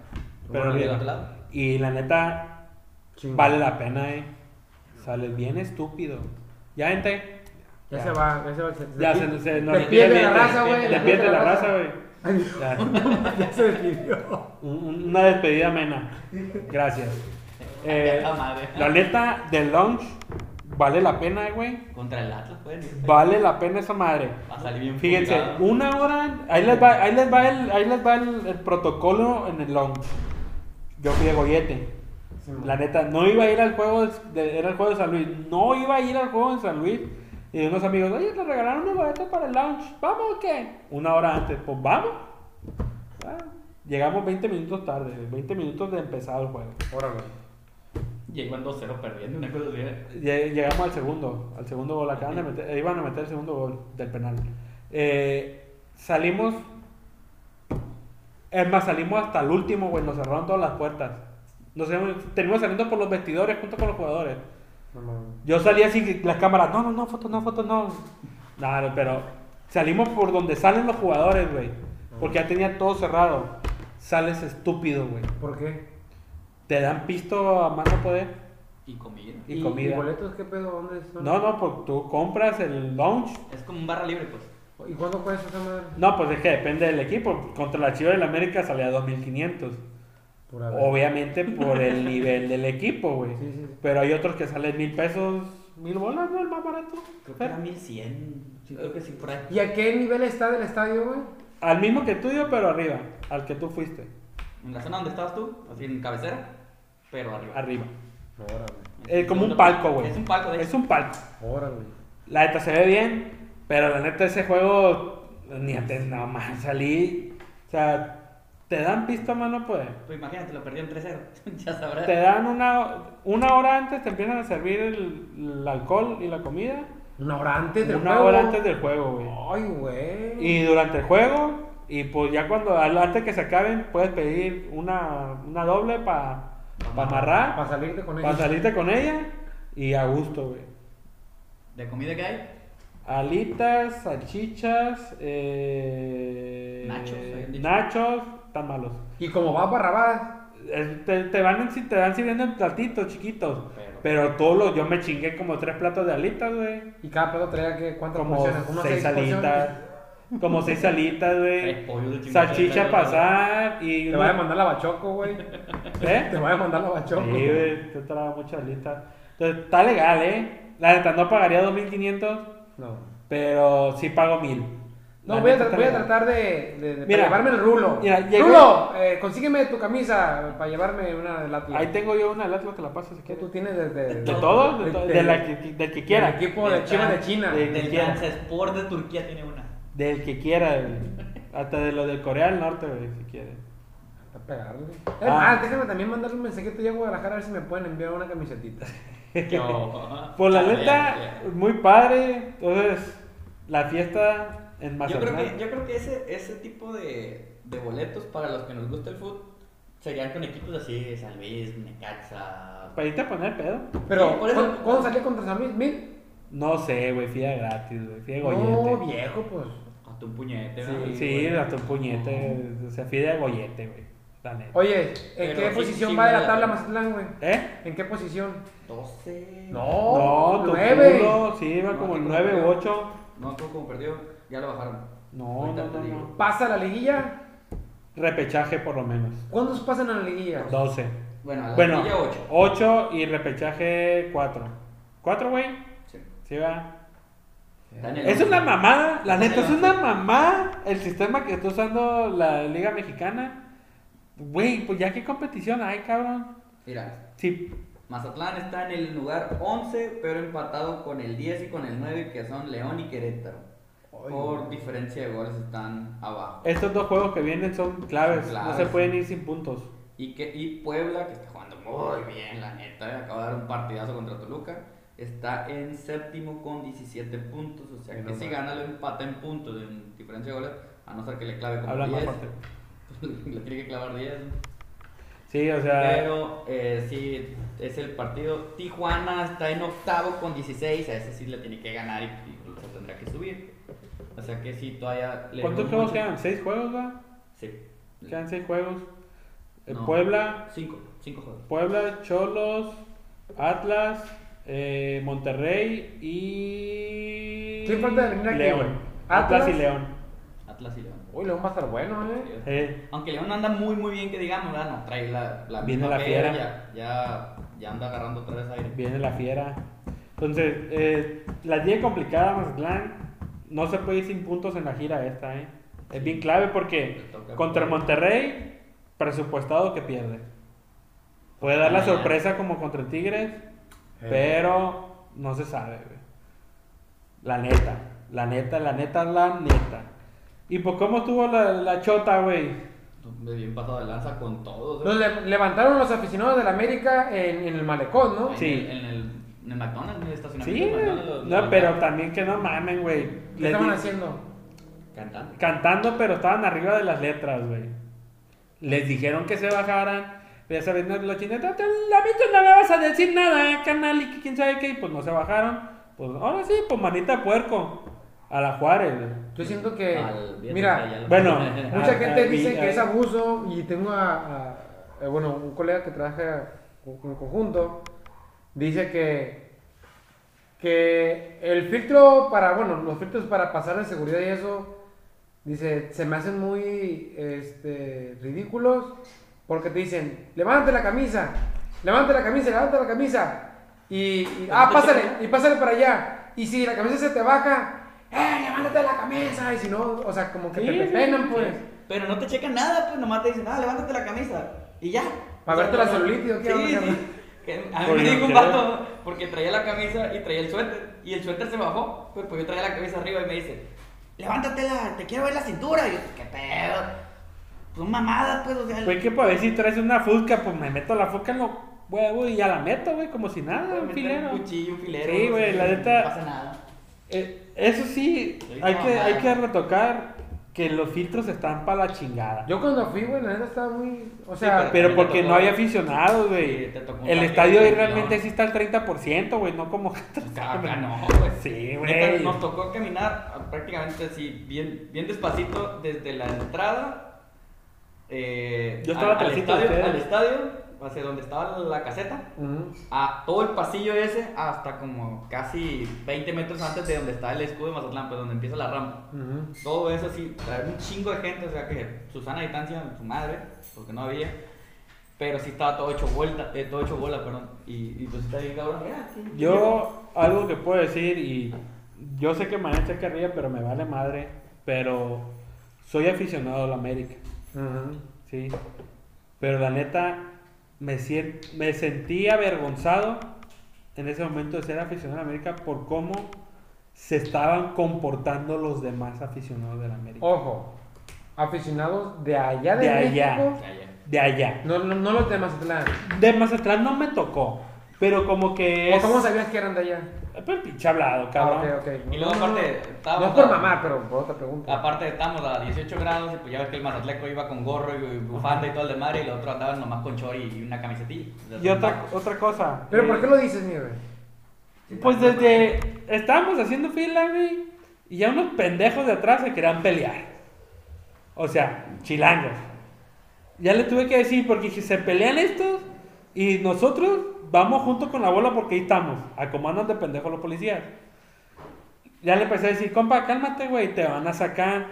S1: Pero
S3: Bueno, del otro
S1: arriba.
S3: lado.
S1: Y la neta,
S2: Chingón.
S1: Vale la pena, eh. Sale bien estúpido. Ya, gente.
S2: Ya,
S1: Ya.
S2: se va, ya se va. Se,
S1: Ya se, se nos
S2: despide de la
S1: despide-
S2: raza, güey.
S1: Despide de la raza,
S2: (laughs)
S1: güey.
S2: Ay,
S1: Ya.
S2: (laughs) ya se despidió.
S1: Un- un- Una despedida amena. Gracias. Eh,
S3: (laughs) Ya, madre.
S1: la neta del launch vale la pena, güey.
S3: Contra el Atlas, pues.
S1: Vale la pena esa madre.
S3: Va a salir bien
S1: Fíjense,
S3: fumigado.
S1: una hora. Ahí les va, ahí les va, el, ahí les va el, el protocolo en el launch. Yo fui de gollete. La neta, no iba a ir al juego de, era el juego de San Luis. No iba a ir al juego en San Luis. Y unos amigos, oye, te regalaron unos boletos para el lounge. ¿Vamos o qué? Una hora antes, pues vamos. Ah, llegamos 20 minutos tarde, 20 minutos de empezar el juego.
S2: Órale.
S3: Llegó en 2-0 perdiendo, una cosa así. ¿eh?
S1: Lle- Llegamos al segundo, al segundo gol. Acaban de meter, eh, iban a meter el segundo gol del penal. Eh, salimos. Es más, salimos hasta el último, güey. Nos cerraron todas las puertas. Nos tenemos saliendo por los vestidores junto con los jugadores.
S2: No mames.
S1: Yo salí así, que las cámaras, no, no, no, foto, no, foto, no. Claro, pero salimos por donde salen los jugadores, güey. Porque ya tenía todo cerrado. Sales estúpido, güey.
S2: ¿Por qué?
S1: Te dan pisto a más no poder
S3: Y comida.
S1: y, comida.
S2: ¿Y boletos qué pedo? ¿Dónde son?
S1: no, no, porque tú compras el lounge.
S3: Es como un barra libre, pues.
S2: ¿Y cuánto cuesta esa madre?
S1: No, pues es que depende del equipo. Contra la Chiva del América salía 2500.
S2: Por haber.
S3: (laughs)
S1: Obviamente por el nivel del equipo, güey.
S2: Sí, sí, sí.
S1: Pero hay otros que salen mil pesos, Mil bolas, ¿no? El más barato.
S4: Creo que era 1100. Sí, creo que sí, por ahí.
S2: ¿Y a qué nivel está del estadio, güey?
S1: Al mismo que tuyo, pero arriba. Al que tú fuiste.
S3: En la zona donde estabas tú, así en cabecera, pero arriba.
S1: Arriba.
S2: Ahora, güey.
S1: Es Eh, como un palco, güey.
S3: Es un palco, de hecho.
S1: Es un palco.
S2: Ahora, güey.
S1: La neta se ve bien, pero la neta ese juego ni antes nada más salí. O sea, te dan pista, mano, pues.
S3: Pues imagínate, lo perdieron 3-0. (laughs) ya sabrás.
S1: Te dan una, una hora antes, te empiezan a servir el, el alcohol y la comida.
S2: Una hora antes del
S1: Una
S2: juego.
S1: hora antes del juego, güey.
S2: Ay, güey.
S1: Y durante el juego, y pues ya cuando, al- antes que se acaben, puedes pedir una, una doble para amarrar,
S2: Para salirte con
S1: para
S2: ellos.
S1: salirte con ella y a gusto, güey.
S3: ¿De comida que hay?
S1: Alitas, salchichas, eh,
S3: Nachos, habían dicho.
S1: nachos, tan malos.
S2: Y como va Barrabás,
S1: Es- Te, te van, en- te van sirviendo en platitos chiquitos.
S3: Pero-
S1: Pero todos los, yo me chingué como tres platos de alitas, güey.
S2: y cada pedo traía que cuántas
S1: Como
S2: porciones, unas
S1: seis
S2: porciones.
S1: alitas. Como seis alitas,
S3: Tres
S1: güey.
S3: pollos de chingada.
S1: Eh, Salchicha pasar y...
S2: Te
S1: una-
S2: voy a mandar la bachoco, güey. (laughs)
S1: ¿Eh?
S2: Te voy a mandar la
S1: Sí,
S2: bachoco.
S1: güey, te traba mucha lista. Entonces, está legal, ¿eh? La neta, no pagaría 2.500,
S2: No.
S1: pero sí pago 1.000. La
S2: No, voy a,
S1: neta,
S2: tra-
S1: está
S2: voy a
S1: legal.
S2: tratar de, de, de-
S1: Mira,
S2: para llevarme el rulo.
S1: mira, llegó-
S2: Rulo, eh, consígueme tu camisa para llevarme una del Atlas.
S1: Ahí tengo yo una del Atlas, te la paso si
S2: ¿Qué
S1: quieres.
S2: tú tienes desde
S1: ¿De todo? De, to- de la que- del que quiera.
S2: Del equipo de
S3: Está-
S2: Chivas de China.
S1: de-
S3: Del Transport de Turquía
S1: (laughs)
S3: tiene una.
S1: Del que quiera, güey. Hasta de lo del Corea del Norte, güey, si quieres.
S2: A pegarle. Es
S1: Ah.
S2: más, déjame también mandarle un mensajito allá a Guadalajara a ver si me pueden enviar una camisetita. Ah,
S1: Por la
S3: Ya,
S1: neta,
S3: ya,
S1: muy padre. Entonces, la fiesta en
S3: ya. Yo
S1: Mazatlán.
S3: creo que, yo creo que ese, ese tipo de, de boletos para los que nos gusta el fútbol serían con equipos así, San Luis, Necaxa.
S1: Para irte a poner pedo.
S2: Pero,
S3: Sí, por eso-
S2: ¿cuándo, cuándo salió contra San Luis? ¿Mil?
S1: No sé, güey, fía gratis, güey. Fía
S2: No,
S1: gollete.
S2: viejo, pues.
S3: Hasta un puñete,
S2: Sí.
S3: ¿verdad?
S1: sí, hasta un puñete. O sea, fía de gollete, güey. La neta.
S2: Oye, ¿en
S3: Pero
S2: qué
S3: sí,
S2: posición
S3: sí,
S2: va de
S3: me-
S2: la tabla Mazatlán, güey?
S1: ¿Eh?
S2: ¿En qué posición?
S3: 12.
S1: No, tu
S2: oh, nueve.
S1: culo, sí, iba
S3: No,
S1: como el
S3: no,
S1: 9 u
S3: no.
S1: 8.
S3: No, tú como perdió, ya lo bajaron.
S1: No,
S3: Ahorita
S1: no,
S3: te
S1: no,
S3: digo.
S1: no.
S2: Pasa la liguilla.
S1: Repechaje por lo menos.
S2: ¿Cuántos pasan a la liguilla?
S1: 12.
S3: Bueno, a la
S1: Bueno,
S3: liguilla, ocho.
S1: 8 y repechaje 4. ¿4, güey?
S3: Sí.
S1: Sí, va.
S3: Daniel,
S1: Es una mamada, la
S3: Está en
S1: neta,
S3: el
S1: es
S3: once.
S1: una mamada el sistema que está usando la Liga Mexicana. Güey, pues ya qué competición hay, cabrón.
S3: Mira,
S1: Sí,
S3: Mazatlán está en el lugar 11, pero empatado con el 10 y con el 9, que son León y Querétaro.
S2: Ay,
S3: Por
S2: güey.
S3: diferencia de goles están abajo.
S1: estos dos juegos que vienen son claves,
S3: Son claves.
S1: no se pueden ir sin puntos.
S3: Y, que, y Puebla, que está jugando muy bien, la neta, eh, acaba de dar un partidazo contra Toluca, está en séptimo con 17 puntos. O sea,
S2: Ay, no
S3: que si
S2: mames.
S3: gana lo empata en puntos, en diferencia de goles, a no ser que le clave como
S1: Habla más
S3: 10.
S1: fuerte.
S3: (laughs) le tiene que clavar 10. ¿no?
S1: Sí, o sea,
S3: Pero eh, sí, es el partido. Tijuana está en octavo con 16. A ese sí le tiene que ganar y, y se tendrá que subir. O sea que sí, todavía le.
S1: ¿cuántos
S3: veo
S1: juegos
S3: mucho-
S1: quedan? ¿Seis juegos, va?
S3: Sí.
S1: Quedan seis juegos. Eh,
S3: No.
S1: Puebla,
S3: Cinco, cinco juegos.
S1: Puebla, Cholos, Atlas, eh, Monterrey y.
S2: ¿Quién falta de eliminar aquí, güey?
S1: León. Atlas y
S2: ¿Atlas?
S1: León.
S3: Atlas y León.
S2: Uy, León va a estar bueno, eh.
S1: Eh,
S3: Aunque León anda muy, muy bien, que digamos, ¿verdad? No trae la. la
S1: Viene
S3: misma
S1: la
S3: que era,
S1: fiera.
S3: Ya, ya, ya anda agarrando otra vez aire.
S1: viene la fiera. Entonces, eh, la tiene complicada Mazatlán. No se puede ir sin puntos en la gira esta, ¿eh? Es bien clave porque
S3: Le toca-
S1: contra Monterrey, presupuestado que pierde. Puede dar la
S3: Ah, Eh. ya.
S1: sorpresa como contra Tigres, pero no se sabe, güey. La neta, la neta, la neta, la neta. ¿Y pues cómo estuvo la, la chota, güey?
S3: Bien pasado de lanza con todos.
S2: Los le- levantaron los aficionados del América en, en el malecón, ¿no?
S3: En
S1: Sí.
S3: el- En el, en el McDonald's, en el
S1: Sí,
S3: estacionamiento. del McDonald's, los-
S1: no,
S3: los-
S1: pero también que no mamen, güey.
S2: ¿Qué
S1: Les
S2: estaban
S1: di-
S2: haciendo?
S3: Cantando.
S1: cantando, pero estaban arriba de las letras, güey. Les dijeron que se bajaran. pero Ya saben, no, los chinos, "No te- la neta no me vas a decir nada, canal, y que quién sabe qué, y pues no se bajaron. Pues ahora sí, pues manita de puerco. A la Juárez, güey.
S2: Yo siento que,
S3: Al- ya
S2: mira,
S3: lo-
S1: bueno,
S2: mucha
S1: Ah,
S2: gente
S1: ah,
S2: dice
S1: vi-
S2: que
S1: ah.
S2: es abuso y tengo a, a- eh, bueno, un colega que trabaja con con conjunto, dice que, que el filtro para, bueno, los filtros para pasar de seguridad y eso, dice, se me hacen muy este, ridículos porque te dicen, levante la camisa, levante la camisa, levante la camisa. Y, y- ah, pásale, y pásale para allá. Y si la camisa se te baja, ¡eh, levántate la camisa! Y si no, o sea, como que
S1: Sí,
S2: te,
S1: sí,
S2: penan, pues.
S3: Pero no te checan nada, pues nomás te dicen, ah, levántate la camisa. Y ya.
S2: Para verte la celulitis, ¿o qué onda,
S3: Sí,
S2: cabrón?
S3: sí. (laughs) Que A mí
S1: Por
S3: me
S1: lo
S3: dijo un
S1: que
S3: vato, porque traía la camisa y traía el suéter. Y el suéter se bajó, pero pues yo traía la camisa arriba y me dice, levántatela, te quiero ver la cintura. Y yo, qué pedo. Pues mamada, pues, o sea.
S1: Güey, que para ver si traes una fusca, pues me meto la foca en los huevos y ya la meto, güey, como si nada,
S3: pueden
S1: un
S3: meter
S1: filero.
S3: Un cuchillo, un filero.
S1: Sí, güey, la neta-
S3: No pasa nada.
S1: Eh, eso sí,
S3: Sí,
S1: hay
S3: no,
S1: que,
S3: nada.
S1: hay que retocar que los filtros están para la chingada.
S2: Yo cuando fui, güey, la neta estaba muy. O
S3: Sí,
S2: sea,
S1: Pero
S3: Te
S1: porque
S3: tocó-
S1: no hay aficionados, güey.
S3: Sí, te tocó un
S1: El
S3: partido
S1: estadio
S3: de
S1: ahí
S3: pilón.
S1: realmente sí está al 30%, güey, no como...
S3: (laughs) Acá, Pues acá no, pues. güey.
S1: Sí,
S3: Neta,
S1: güey.
S3: Nos tocó caminar ah, prácticamente así, bien, bien despacito, desde la entrada. eh,
S1: Yo estaba
S3: al, al
S1: atrásito de
S3: estadio,
S1: ustedes.
S3: al estadio, hacia donde estaba la caseta,
S2: ujú.
S3: a todo el pasillo ese, hasta como casi 20 metros antes de donde está el escudo de Mazatlán, pues donde empieza la rampa.
S2: Ujú.
S3: Todo eso así, traer un chingo de gente, o sea que Susana a distancia, su madre, porque no había. Pero sí estaba todo hecho vuelta, eh, todo hecho bola, perdón. Y, y pues está bien cabrón. mira, sí,
S1: Yo algo que puedo decir y yo sé que Mané está aquí arriba, pero me vale madre, pero soy aficionado a la América,
S2: Ujú.
S1: sí. Pero la neta me sien- me sentí avergonzado en ese momento de ser aficionado a la América por cómo se estaban comportando los demás aficionados de la
S3: Oh.
S1: América.
S2: Ojo, aficionados de allá de,
S1: De allá.
S3: o
S2: México,
S3: sea, ya.
S1: De allá.
S2: No, no, no los de Mazatlán.
S1: De Mazatlán no me tocó, pero como que
S2: ¿O
S1: es...
S2: cómo sabías que eran de allá?
S1: Pero pinche hablado,
S2: Ah,
S1: cabrón.
S2: ok, ok.
S3: Y luego
S2: No, no,
S3: aparte,
S2: no.
S3: estábamos
S2: No es por
S3: a-
S2: mamar, pero por otra pregunta.
S3: Aparte estábamos a 18 grados y pues ya ves que el mazatleco iba con gorro y bufanda y todo el de madre y los otros andaban nomás con chori y una camisetilla. O sea,
S1: Y otra, otra cosa.
S2: ¿Pero
S1: eh,
S2: por qué lo dices, mi güey?
S1: Pues desde. Estábamos haciendo fila, güey. Y ya unos pendejos de atrás se querían pelear. O sea, chilangos. Ya le tuve que decir, porque dije, se pelean estos. Y nosotros vamos juntos con la bola porque ahí estamos. A comandos de pendejos los policías. Ya le empecé a decir, compa, cálmate, güey, te van a sacar.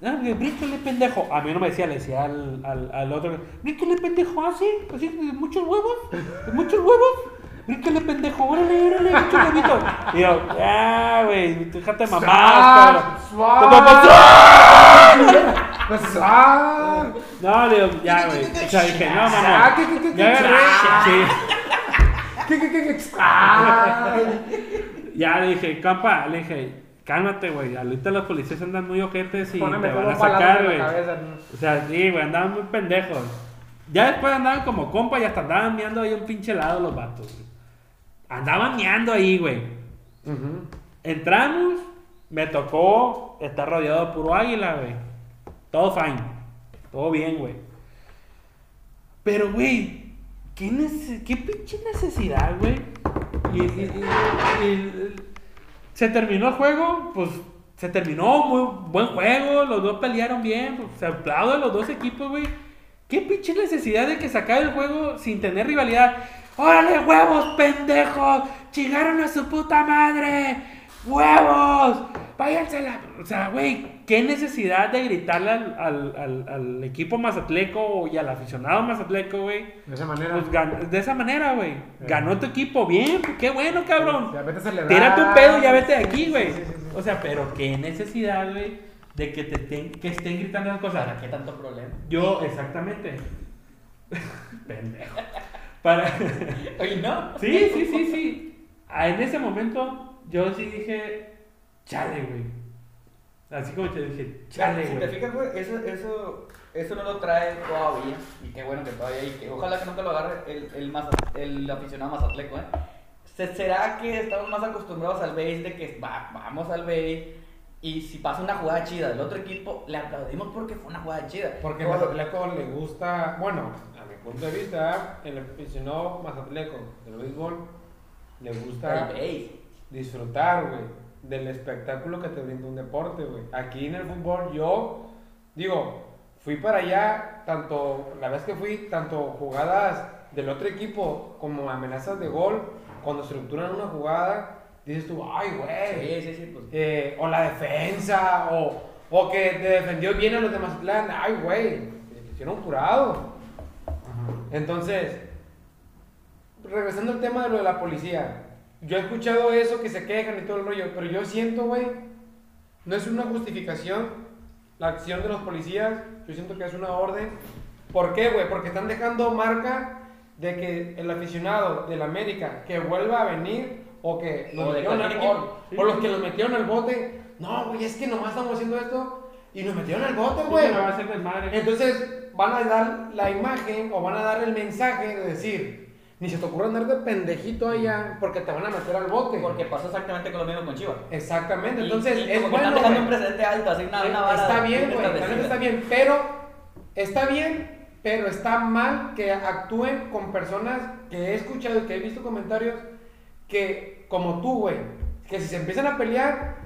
S1: Ah, No, güey, bríncale, pendejo. A mí no me decía, le decía al, al, al otro, bríncale, pendejo, ah, así, así, de muchos huevos, de muchos huevos. Bríncale, pendejo, órale, órale, muchos huevitos. Y yo, ah, güey, tú déjate
S2: (laughs)
S1: mamar,
S2: ¡Sas!
S1: cabrón.
S2: ¡Sas!
S1: Te topas-
S2: Pues, ¡ah!
S1: No, le digo, ya, güey. O sea, dije, no,
S2: ¡Ah!
S1: mamá.
S2: ¿Qué, qué, qué, qué?
S1: Ya agarré, sí.
S2: ¿Qué, qué, qué, qué? ¡Ah!
S1: Ya le dije, campa, le dije, cálmate, güey. Ahorita los policías andan muy ojetes y
S2: Póneme
S1: te
S2: todo
S1: van a
S2: un palazo
S1: sacar,
S2: en la
S1: güey.
S2: cabeza, ¿no?
S1: O sea, sí, güey, andaban muy pendejos. Ya después andaban como compa y hasta andaban meando ahí un pinche lado los vatos, güey. Andaban meando ahí, güey.
S2: Ujú.
S1: Entramos, me tocó estar rodeado de puro águila, güey. Todo fine. Todo bien, güey. Pero, güey, ¿qué, nece- qué pinche necesidad, güey? Y, y- y- y- se terminó el juego, pues se terminó, muy buen juego, los dos pelearon bien, pues, se aplauden los dos equipos, güey. ¿Qué pinche necesidad de que se acabe el juego sin tener rivalidad? ¡Órale, huevos, pendejos! ¡Chingaron a su puta madre! ¡Huevos! ¡Váyanse a la... O sea, güey, ¿qué necesidad de gritarle al, al- al- al equipo mazatleco y al aficionado mazatleco, güey?
S2: De esa manera.
S1: Pues, gan- de esa manera, güey. Ganó tu equipo, bien, pues, qué bueno, cabrón.
S2: Ya vete a celebrar.
S1: Tírate un pedo y ya vete de aquí,
S2: Sí,
S1: güey.
S2: sí, sí, sí.
S1: O sea, pero qué necesidad, güey, de que te estén, que estén gritando las cosas.
S3: ¿Para qué tanto problema? (laughs)
S1: Yo, exactamente. (laughs) Pendejo. Para... (laughs)
S3: Oye, no.
S1: sí, sí, sí, sí. Ah, En ese momento, yo sí dije, chale, güey. Así como te dije, chale,
S3: si te
S1: güey.
S3: fijas, güey, eso, eso, eso no lo trae todavía. Y qué bueno que todavía. Y que, ojalá que nunca lo agarre el, el, maza- el aficionado mazatleco, ¿eh? Se- ¿Será que estamos más acostumbrados al base de que va- vamos al base y si pasa una jugada chida del otro equipo, le aplaudimos porque fue una jugada chida?
S5: Porque
S3: Ojo,
S5: Mazatleco le gusta, bueno, a mi punto de vista, el aficionado Mazatleco del béisbol le
S3: el
S5: gusta
S3: base.
S5: disfrutar, güey, del espectáculo que te brinda un deporte, güey. Aquí en el fútbol yo, digo, fui para allá, tanto, la vez que fui, tanto jugadas del otro equipo como amenazas de gol, cuando estructuran una jugada, dices tú, ay, güey,
S3: Sí, sí, sí, pues.
S5: eh, o la defensa, o, o que te defendió bien a los de Mazatlán. Ay, güey, te hicieron curado. Entonces,
S2: regresando al tema de lo de la policía, yo he escuchado eso, que se quejan y todo el rollo, pero yo siento, güey, no es una justificación la acción de los policías, yo siento que es una orden. ¿Por qué, güey? Porque están dejando marca de que el aficionado del América que vuelva a venir o que lo
S3: O de
S2: metieron al-
S3: cualquier equipo.
S2: o- o los que los metieron al bote, no, güey, es que nomás estamos haciendo esto y nos metieron al bote, güey.
S1: Sí, me va a hacer desmadre.
S2: Entonces van a dar la imagen o van a dar el mensaje de decir, ni se te ocurra andar de pendejito allá porque te van a meter al bote.
S3: Porque pasó exactamente con lo mismo con Chivas.
S2: Exactamente,
S3: Y-
S2: entonces
S3: y
S2: es
S3: como que
S2: bueno.
S3: están dejando
S2: güey. Eh,
S3: un precedente alto, así una, una vara.
S2: está bien, güey, la neta
S3: establecida.
S2: está bien, pero está bien, pero está mal que actúen con personas que he escuchado y que he visto comentarios que como tú, güey, que si se empiezan a pelear,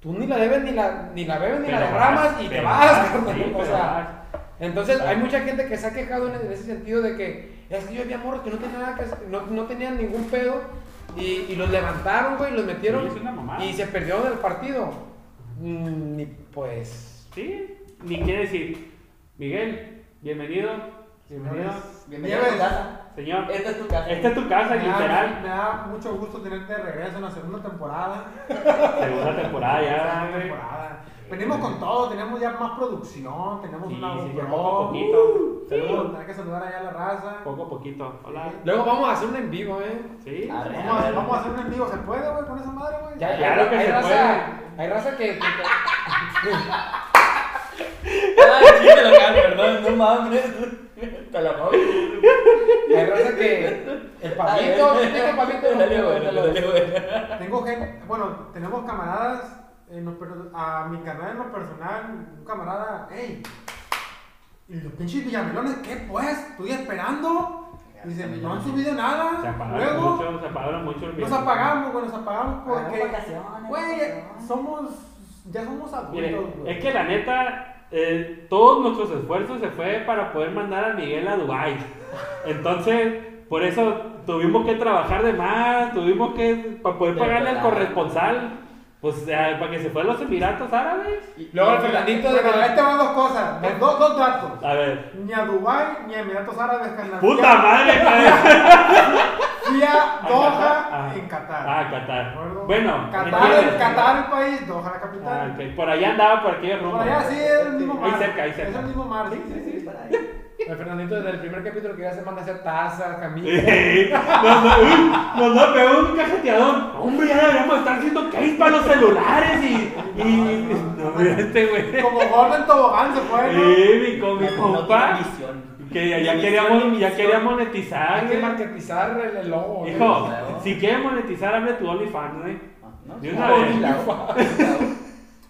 S2: tú ni la debes ni la ni la bebes ni la
S1: Pero
S2: derramas
S1: vas,
S2: y te
S1: pero
S2: vas.
S1: vas,
S2: carnal,
S1: sí,
S2: o
S1: pero
S2: sea, entonces hay mucha gente que se ha quejado en en ese sentido de que es que yo había morros que no tenían nada que hacer, no, no tenían ningún pedo y, y los levantaron, güey, los metieron
S1: Sí, es una mamada.
S2: y se perdieron el partido. Mm, y pues.
S1: Sí, ni qué decir. Miguel, bienvenido. Bienvenido.
S6: Bienvenido a
S4: Nieves.
S6: tu casa.
S1: Señor,
S3: Esta es tu casa.
S2: Este,
S3: (laughs)
S1: esta es tu casa,
S6: Me da,
S1: literal.
S6: me da mucho gusto tenerte de regreso en la segunda temporada.
S1: Segunda temporada ya,
S6: Segunda
S1: güey.
S6: temporada. Venimos con todo, tenemos ya más producción, tenemos
S1: Sí,
S6: una Uh,
S1: sí, ya poco a
S6: GoPro.
S1: poquito.
S6: Tenemos tener que saludar allá a la raza.
S1: Poco a poquito. Hola.
S2: Luego vamos a hacer un en vivo, ¿eh?
S1: Sí.
S3: Arre,
S6: Vamos a,
S3: arre.
S6: vamos a hacer un en vivo, ¿se puede, güey? Con esa madre, güey.
S2: Ya,
S1: Claro
S2: hay,
S1: que
S2: hay
S1: se
S2: raza, hay raza que. que-
S3: Ay, chiste local, perdón,
S2: (laughs)
S3: no mames. Te la pago.
S2: que- hay raza que. El papito,
S3: Ay,
S2: ¿sí que el papito no
S3: Dale,
S2: lo-
S3: güey,
S2: lo-
S3: dale, güey.
S6: Tengo gente, bueno, tenemos camaradas, en lo per- a mi canal en lo personal, un camarada, hey, y los pinches villamelones, ¿qué pues? Estoy esperando. Y Dice, no han subido
S1: Se
S6: nada.
S1: apagaron
S6: Luego
S1: mucho, se apagaron mucho el
S6: nos
S1: video.
S6: apagamos, güey, nos apagamos porque,
S3: vacaciones,
S6: güey,
S3: vacaciones.
S6: somos, ya somos
S1: Mire,
S6: adultos, güey.
S1: es que la neta, eh, todos nuestros esfuerzos se fue para poder mandar a Miguel a Dubai. Entonces, por eso tuvimos que trabajar de más, tuvimos que, para poder pagarle al corresponsal, pues o sea, para que se fuera a los Emiratos Árabes.
S2: Luego el Fernandito de
S6: Bueno, ahí te van dos cosas,
S1: Eh.
S6: dos- dos, dos datos.
S1: A ver.
S6: Ni a Dubai ni a Emiratos Árabes, carnal.
S1: ¡Puta
S6: (laughs)
S1: madre! cabrón!
S6: Fui a
S1: Ah,
S6: Doha en Qatar.
S1: Ah,
S6: ¿de
S1: Qatar.
S6: acuerdo?
S1: Bueno,
S6: Qatar,
S1: entiendes.
S6: el, Qatar el país, Doha la capital.
S1: Ah, ok. Por allá andaba, por aquellos
S6: Por
S1: rumbos.
S6: allá sí es el mismo
S1: Ahí
S6: mar.
S1: cerca, ahí
S6: Es
S1: cerca.
S6: el mismo mar. Sí, sí, sí.
S2: El Fernandito desde el primer capítulo que ya se manda a hacer tazas, camisas.
S1: nos, da- uy, nos da pegó un cajeteadón. Hombre, ya deberíamos estar haciendo case para los celulares y. y no, mira este güey.
S6: Como Gordon Tobogán se fue, ¿no?
S1: Eh, mi, co- mi
S3: No, no
S1: compa.
S3: tiene visión.
S1: Que ya, ya queríamos, ya quería monetizar,
S2: Hay que
S1: güey.
S2: marketizar el, el logo. güey.
S1: Hijo, si quieres monetizar, abre tu OnlyFans, güey.
S3: Ah, No,
S1: De
S3: sí,
S1: una
S3: no,
S1: vez.
S3: ni la-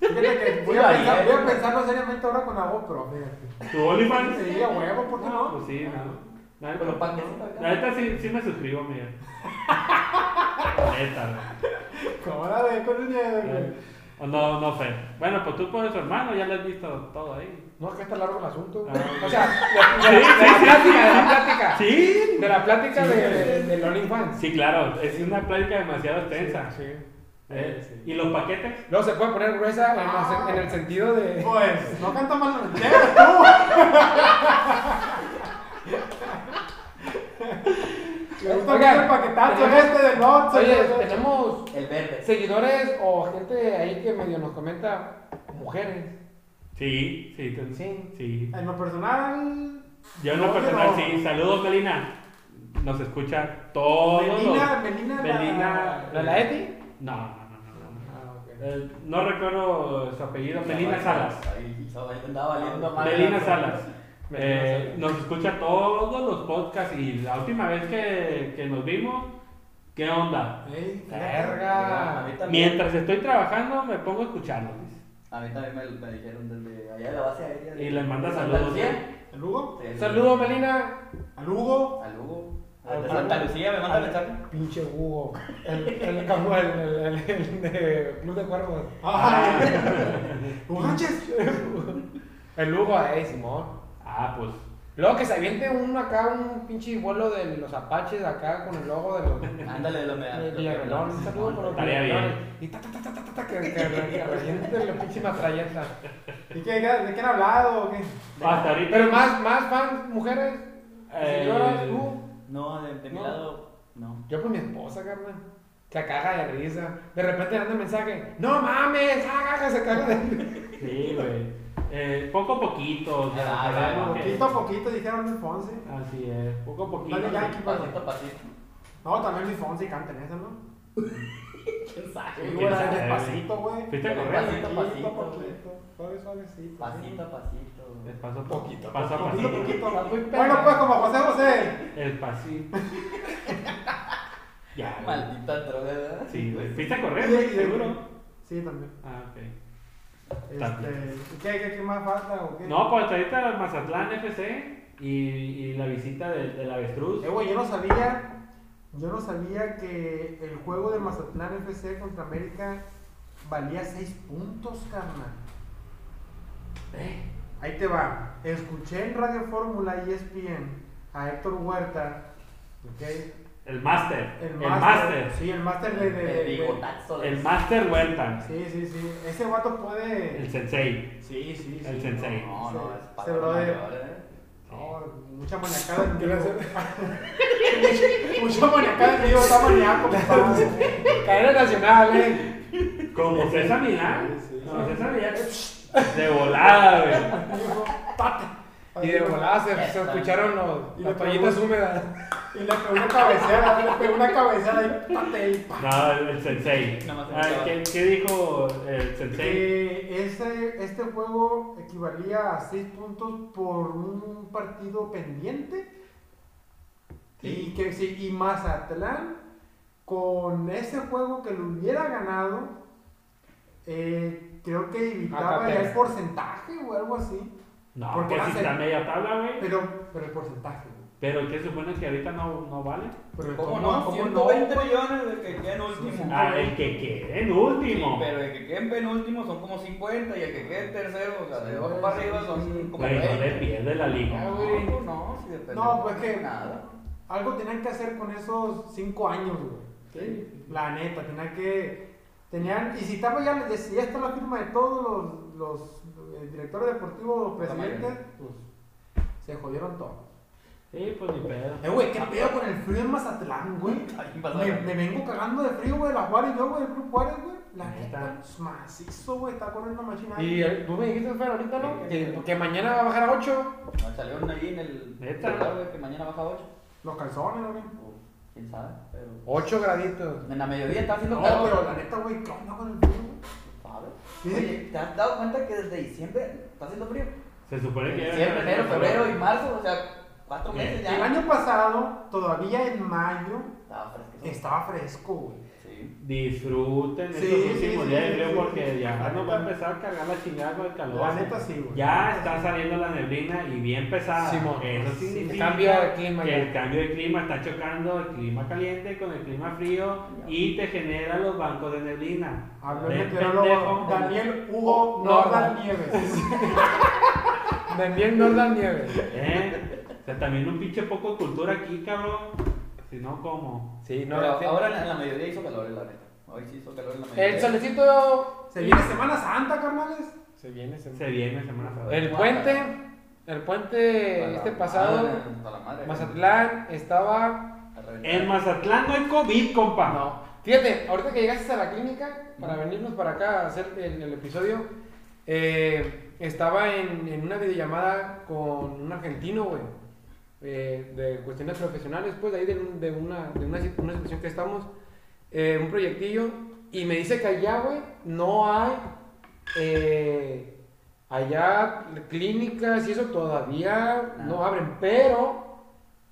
S6: Fíjate que voy, a
S3: Sí,
S6: pensar,
S3: ahí,
S6: voy a
S3: eh.
S6: pensarlo seriamente ahora con la GoPro. Fíjate.
S1: ¿Tu OnlyFans?
S6: Se diga huevo, ¿por qué no?
S1: Pues sí, no. La
S3: Pero
S1: neta-
S3: pa' qué se-
S1: la neta sí, sí me suscribo, mira. Neta, güey.
S6: Como la de con el miedo, güey.
S1: O No, no sé. Bueno, pues tú pones su hermano, ya lo has visto todo ahí.
S2: No, es que está largo el asunto.
S1: Ah,
S2: o sea, de, de- de la plática, de la plática.
S1: Sí.
S2: De la plática de, de, del OnlyFans.
S1: Sí, claro, es una plática demasiado extensa.
S2: Sí.
S1: ¿Eh? ¿Y los paquetes?
S2: Luego se puede poner gruesa en el sen- en el sentido de.
S6: Pues, no canta mal la mentira, tú. Esto que es el paquetazo
S2: tenemos-
S6: este del Notch.
S2: Oye,
S6: el-
S2: tenemos
S3: El verde.
S2: seguidores o gente ahí que medio nos comenta mujeres.
S1: Sí, sí, tú-
S2: Sí.
S1: sí.
S6: En lo personal.
S1: Yo en lo
S6: no,
S1: personal,
S6: pero-
S1: sí. Saludos, Melina. Nos escucha todos los-
S6: Melina, Melina, la-
S1: Melina-
S2: ¿La, la Eti?
S1: No, no, no, no, no.
S2: Ah, ok.
S1: Eh, no recuerdo su apellido. Melina Salas.
S3: Ahí, ahí andaba valiendo madre.
S1: Melina Salas.
S2: Melina
S1: Eh, nos escucha todos los podcasts y la última vez que, que nos vimos, ¿qué onda?
S6: Ey,
S3: A
S2: Verga.
S3: mí también.
S1: Mientras estoy trabajando me pongo a escucharlos.
S3: A mí también me, me dijeron desde allá de la base aérea.
S1: Y les manda
S3: de
S1: saludos.
S3: Santa Lucía.
S6: ¿Al Lugo?
S3: Sí.
S2: Saludos, Melina.
S6: ¿Al Lugo?
S3: Al Hugo. De Santa Lucía me manda mensaje.
S2: Pinche Hugo. El, el, como el, el, el- el de Club de Cuervos.
S6: Ay. Hugo Sánchez.
S2: El Hugo, eh, Simón.
S1: Ah, pues.
S2: Luego que se aviente uno acá, un pinche vuelo de los apaches acá con el logo de los.
S3: Ándale de los
S2: De
S3: medallas.
S2: Villamelón, un saludo por los
S1: Estaría bien.
S2: Villamelones. Y ta ta ta ta ta, ta, ta, que que- que revienten la pinche matralleta.
S6: ¿Y qué, de qué han hablado o qué?
S1: Hasta ahorita.
S2: Pero más, más fans, mujeres,
S1: Eh,
S2: señoras, tú.
S3: No, de, de mi
S2: No.
S3: lado. No.
S2: Yo con mi esposa, carnal. Se caga de risa. De repente le manda un mensaje. ¡No mames! ¡Ah, ah, ah", se caga de risa.
S1: Sí, güey. Eh, poco a poquito. o sea,
S3: Ah,
S1: ¿verdad?
S3: ya,
S1: Como que-
S6: Poquito a poquito dijeron Luis Fonsi.
S1: Así es, poco a poquito.
S6: Dale Yankee, pues.
S3: Pasito a pasito.
S6: No, también Luis Fonsi canta en esa, ¿no?
S3: ¿Quién
S6: Sí,
S3: sabe?
S1: ¿Quién
S6: güey,
S1: sabe?
S6: despacito, güey.
S1: Fuiste a correr,
S6: Despacito,
S3: güey.
S6: poquito, a
S3: Pasito,
S6: poquito. Suave, suavecito.
S3: Pasito a pasito.
S1: El paso a
S2: Poquito a
S1: Paso a
S6: Poquito,
S1: pasito.
S6: poquito.
S3: Está muy
S6: Bueno,
S3: pegado.
S6: pues como José José.
S1: El pasito. ya, güey.
S3: Maldita droga, ¿verdad?
S1: Sí, güey. ¿Fuiste a
S6: Sí,
S1: correr?
S6: sí,
S1: Pues, Seguro.
S6: Sí, también.
S1: Ah, ok.
S6: Este,
S1: También.
S6: ¿y ¿qué, qué, qué más falta o qué?
S1: No, pues hasta ahorita Mazatlán FC y, y la visita del, del avestruz.
S6: Eh, güey, yo no sabía, yo no sabía que el juego de Mazatlán FC contra América valía 6 puntos, carnal. Eh, ahí te va. Escuché en Radio Fórmula E ESPN a Héctor Huerta, ¿ok?
S1: El máster.
S6: El
S1: El
S6: máster.
S1: máster.
S6: Sí, el máster de... de-
S3: El
S6: de-
S3: bigotazo. de-
S1: El máster Huerta.
S6: sí, sí, sí. Ese vato puede...
S1: El sensei.
S6: Sí, sí, sí.
S1: El sensei.
S3: No, no, es
S6: Ese brother.
S3: mayor, ¿eh?
S6: No, mucha maniacada en
S2: ¿Qué
S6: vivo.
S2: le hace?
S6: (laughs) Mucha maniacada en vivo, está maniaco, compadre.
S2: Cadena nacional, eh.
S1: Como César Milán.
S6: Sí, sí.
S1: Como César Milán. De volada, güey.
S6: Dijo, "Tate".
S2: Y de volada se, se escucharon los,
S6: Y
S2: las
S6: le
S2: toallitas
S6: pegó.
S2: húmedas.
S6: Y le pegó una cabecera, le pegó una cabecera y pate y pa.
S1: No, el, el sensei.
S3: Nada más
S1: Ah, ¿qué, ¿Qué dijo el sensei?
S6: Que ese, este juego equivalía a 6 puntos por un partido pendiente. Y que sí, y Mazatlán, con ese juego que lo hubiera ganado, eh, creo que evitaba
S2: Acá
S6: ya
S2: te-
S6: el porcentaje o algo así.
S1: No,
S6: Porque
S1: porque
S6: va a
S1: si
S6: ser-
S1: está media tabla, güey.
S6: Pero, pero el porcentaje. güey.
S1: Pero que supone que ahorita no, no vale.
S6: Pero
S3: ¿Cómo
S6: ¿cómo-
S3: no?
S6: cómo
S3: 120 millones de que queden último.
S1: Ah, el que quede en
S3: Sí,
S1: último.
S3: pero el que quede en penúltimo son como 50 y el que quede en tercero, o sea, de abajo para arriba son como
S1: Güey, no le
S3: 20.
S1: pierde la liga.
S3: No,
S2: güey.
S3: pues no, si depende.
S6: No, pues que-
S3: Nada.
S6: Algo tenían que hacer con esos cinco años, güey. La neta, tenían que. Tenían, y si estaba ya, ya está la firma de todos los, los, eh, directores deportivos, los
S3: La
S6: presidentes,
S3: mayoría.
S6: pues se jodieron todos.
S1: Sí, pues ni pedo.
S6: Eh, güey, ¿qué pedo con el frío en Mazatlán, güey?
S3: Ahí vas a
S6: Me,
S3: ver.
S6: me vengo cagando de frío, güey, de la Juárez, yo, güey, el Club Juárez, güey. La
S1: Ahí
S6: neta, es macizo, güey, está corriendo machina.
S2: Y el- tú me dijiste, Fer, ahorita, ¿no?
S3: Sí.
S2: Que, que mañana va a bajar a 8.
S3: No, salieron allí en el.
S1: Neta.
S3: lugar, güey, que mañana baja 8.
S6: Los calzones, güey.
S3: Quién sabe, pero. pues,
S2: 8 graditos.
S3: En la mediodía está haciendo
S6: No,
S3: calor.
S6: pero la neta, güey, ¿qué onda con el frío? güey?
S3: ¿Sabes?
S6: Sí.
S3: Oye, ¿te has dado cuenta que desde diciembre está haciendo frío?
S1: Se supone que.
S3: Diciembre, enero, febrero y marzo, o sea, cuatro meses ya.
S6: El año pasado, todavía en mayo,
S3: Estaba fresquito.
S6: estaba fresco, güey.
S3: Sí.
S1: Disfruten
S6: Sí,
S1: estos
S6: sí,
S1: últimos
S6: sí,
S1: días
S6: sí,
S1: de frío
S6: sí,
S1: porque
S6: sí.
S1: ya
S6: La
S1: no
S6: neta.
S1: va a empezar a cargar la chingada con el calor.
S6: La neta, sí, güey.
S1: Ya está saliendo la neblina y bien pesada.
S2: Simón.
S1: Eso
S2: Sí,
S1: significa
S2: cambio de clima
S1: que
S2: ya.
S1: el cambio de clima está chocando el clima caliente con el clima frío y te genera los bancos de neblina.
S6: Habló
S1: Ven,
S6: el meteorólogo
S1: pendejo.
S6: Daniel Hugo
S2: No,
S6: Nordal
S2: no.
S6: Nieves.
S2: (laughs) Daniel Nordan Nieves.
S1: ¿Eh? O sea, también un pinche poco de cultura aquí, cabrón. Si no, ¿cómo?
S2: Sí, no,
S3: Pero
S2: sí.
S3: ahora en la, en la mediodía hizo calor, la neta. Hoy sí hizo calor en la mediodía.
S2: El solecito
S6: Se viene Semana Santa, carnales.
S2: se viene. Se...
S1: Se viene semana pasada.
S2: El puente, el
S3: Hasta
S2: puente
S3: la
S2: este pasado,
S3: madre, hasta la madre.
S2: Mazatlán estaba.
S3: A reventar.
S1: En Mazatlán no hay COVID, compa.
S2: No. Fíjate, ahorita que llegaste a la clínica para venirnos para acá a hacer el, el episodio, eh, estaba en, en una videollamada con un argentino, güey. eh, de cuestiones profesionales, pues de ahí de, un- de una, de una, sit- una situación que estamos, eh, un proyectillo, y me dice que allá, güey, no hay, eh, allá clínicas y eso todavía
S1: Ah.
S2: no abren, pero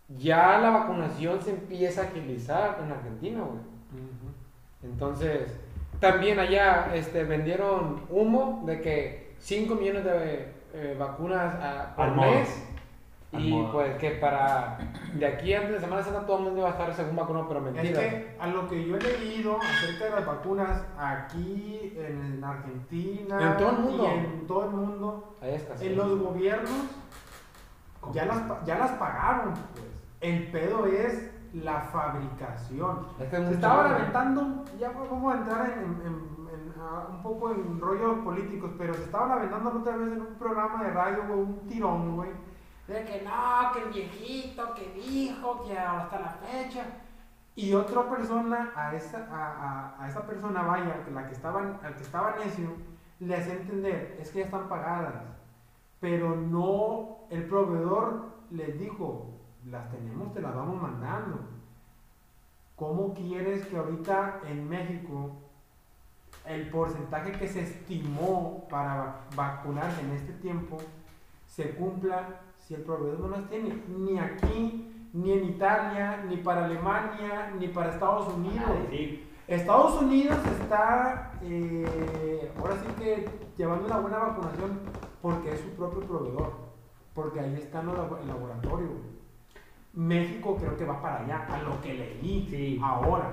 S2: ya la vacunación se empieza a agilizar en Argentina, güey. Entonces, también allá este, vendieron humo de que 5 millones de eh, vacunas a- por
S1: Al modo.
S2: mes.
S1: Al
S2: Y
S1: modo.
S2: pues que para de aquí antes de Semana Santa todo el mundo va a estar según vacunado, pero
S6: Es
S2: mentira.
S6: que a lo que yo he leído acerca de las vacunas aquí en Argentina
S2: En todo el mundo.
S6: y en todo el mundo,
S2: Ahí está. sí.
S6: en los gobiernos ya las, pa- ya las pagaron. pues. El pedo es la fabricación.
S2: Es que es
S6: Se
S2: mucho
S6: estaba
S2: humo.
S6: lamentando, ya vamos a entrar en, en- en- en, ah, un poco en rollos políticos, pero se estaba lamentando otra vez en un programa de radio, güey, un tirón, güey. De que no, que el viejito, que dijo, que hasta la fecha. y otra persona a esa, a, a- a esa persona vaya, que la que estaban, al que estaba necio, le hacía entender, es que ya están pagadas, pero no, el proveedor les dijo, las tenemos, te las vamos mandando. ¿Cómo quieres que ahorita en México el porcentaje que se estimó para va- vacunarse en este tiempo se cumpla si el proveedor no las tiene? Ni aquí, ni en Italia, ni para Alemania, ni para Estados Unidos.
S7: Sí,
S6: Estados Unidos está eh, ahora sí que llevando una buena vacunación porque es su propio proveedor, porque ahí está los labo- el laboratorio. México creo que va para allá, a lo que leí
S1: Sí.
S6: ahora.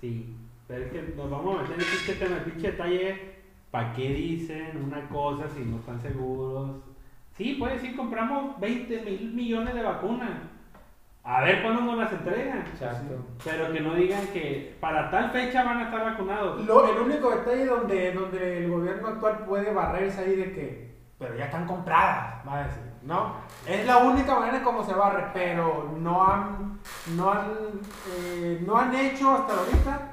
S1: Sí, pero es que nos vamos a meter en el pinche tema, el pinche detalle. ¿Para qué dicen una cosa si no están seguros? Sí, puede decir, compramos 20 mil millones de vacunas. A ver cuándo nos las entregan.
S2: Exacto.
S1: Pero que no digan que para tal fecha van a estar vacunados.
S6: Lo- el único detalle donde, donde el gobierno actual puede barrerse ahí de que, pero ya están compradas, va a decir, ¿no? Es la única manera como se barre, pero no han, no han, eh, no han hecho hasta ahorita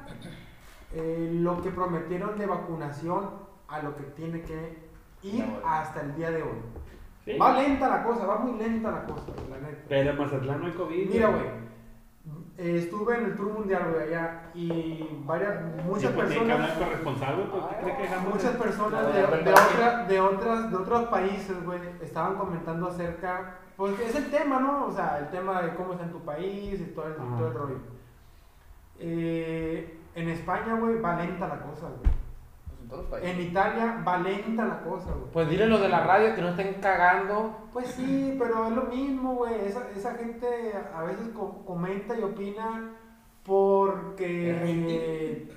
S6: eh, lo que prometieron de vacunación a lo que tiene que ir hasta el día de hoy.
S1: Sí.
S6: Va lenta la cosa, va muy lenta la cosa, la neta.
S1: Pero en Mazatlán no hay COVID.
S6: Mira, güey. eh, estuve en el tour mundial, güey, allá y varias, muchas
S1: Sí, pues, tiene que
S6: personas
S1: hablar el corresponsal, güey, porque cree que dejamos de-
S6: muchas personas de,
S2: La verdad,
S6: de
S2: sí.
S6: otra- de otras, de otros países, güey, estaban comentando acerca, porque es el tema, ¿no? O sea, el tema de cómo está en tu país y todo el,
S1: Ajá.
S6: todo el rollo. Eh, en España, güey, va lenta la cosa, güey.
S3: Pues en todos los países.
S6: En Italia, va lenta la cosa, güey.
S2: Pues dile los de la radio que no estén cagando.
S6: Pues sí, pero es lo mismo, güey. Esa, esa gente a veces co- comenta y opina porque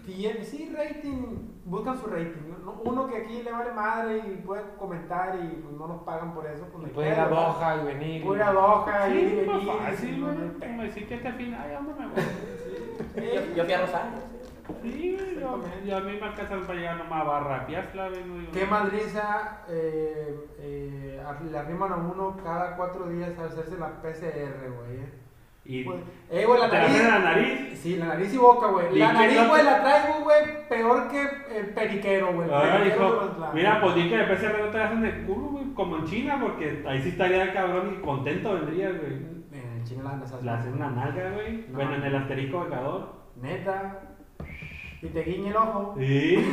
S6: tiene, sí, rating, buscan su rating. ¿no? No, Uno que aquí le vale madre y puede comentar y pues, no nos pagan por eso. Pues, no hay
S2: Puede ir a
S6: pedo, ¿no?
S2: Doha y venir.
S6: Puede ir a Doha y
S1: Sí, más
S6: venir,
S1: fácil,
S6: no,
S1: güey.
S6: no hay pedo.
S1: Como decir que este fin, ay, vámonos, güey.
S3: Yo, yo fui a Rosario.
S1: Sí, güey. Yo, yo a mí me alcanzan para llegar nomás a barra piazla, güey. no digo
S6: ¿Qué
S1: nada.
S6: madriza eh, eh, a- le arriman a uno cada cuatro días al hacerse la PCR, güey? eh?
S1: Y
S6: Pues, eh, güey, la
S1: te abren
S6: nariz.
S1: la nariz.
S6: Sí, la nariz y boca, güey.
S1: ¿Y
S6: La
S1: qué
S6: nariz,
S1: no-
S6: güey, la traigo, güey, peor que el periquero, güey. El
S1: Ahora
S6: periquero de
S1: dijo,
S6: Mazatlán.
S1: mira, pues di que el PCR no te hacen de culo, güey, como en China, porque ahí sí estaría el cabrón y contento vendría, güey.
S6: Eh, chinga la nasa.
S1: Le hacen una nalga, güey.
S6: No.
S1: Bueno, en el asterisco becador.
S6: Neta. Y te guiñe el ojo.
S1: Sí.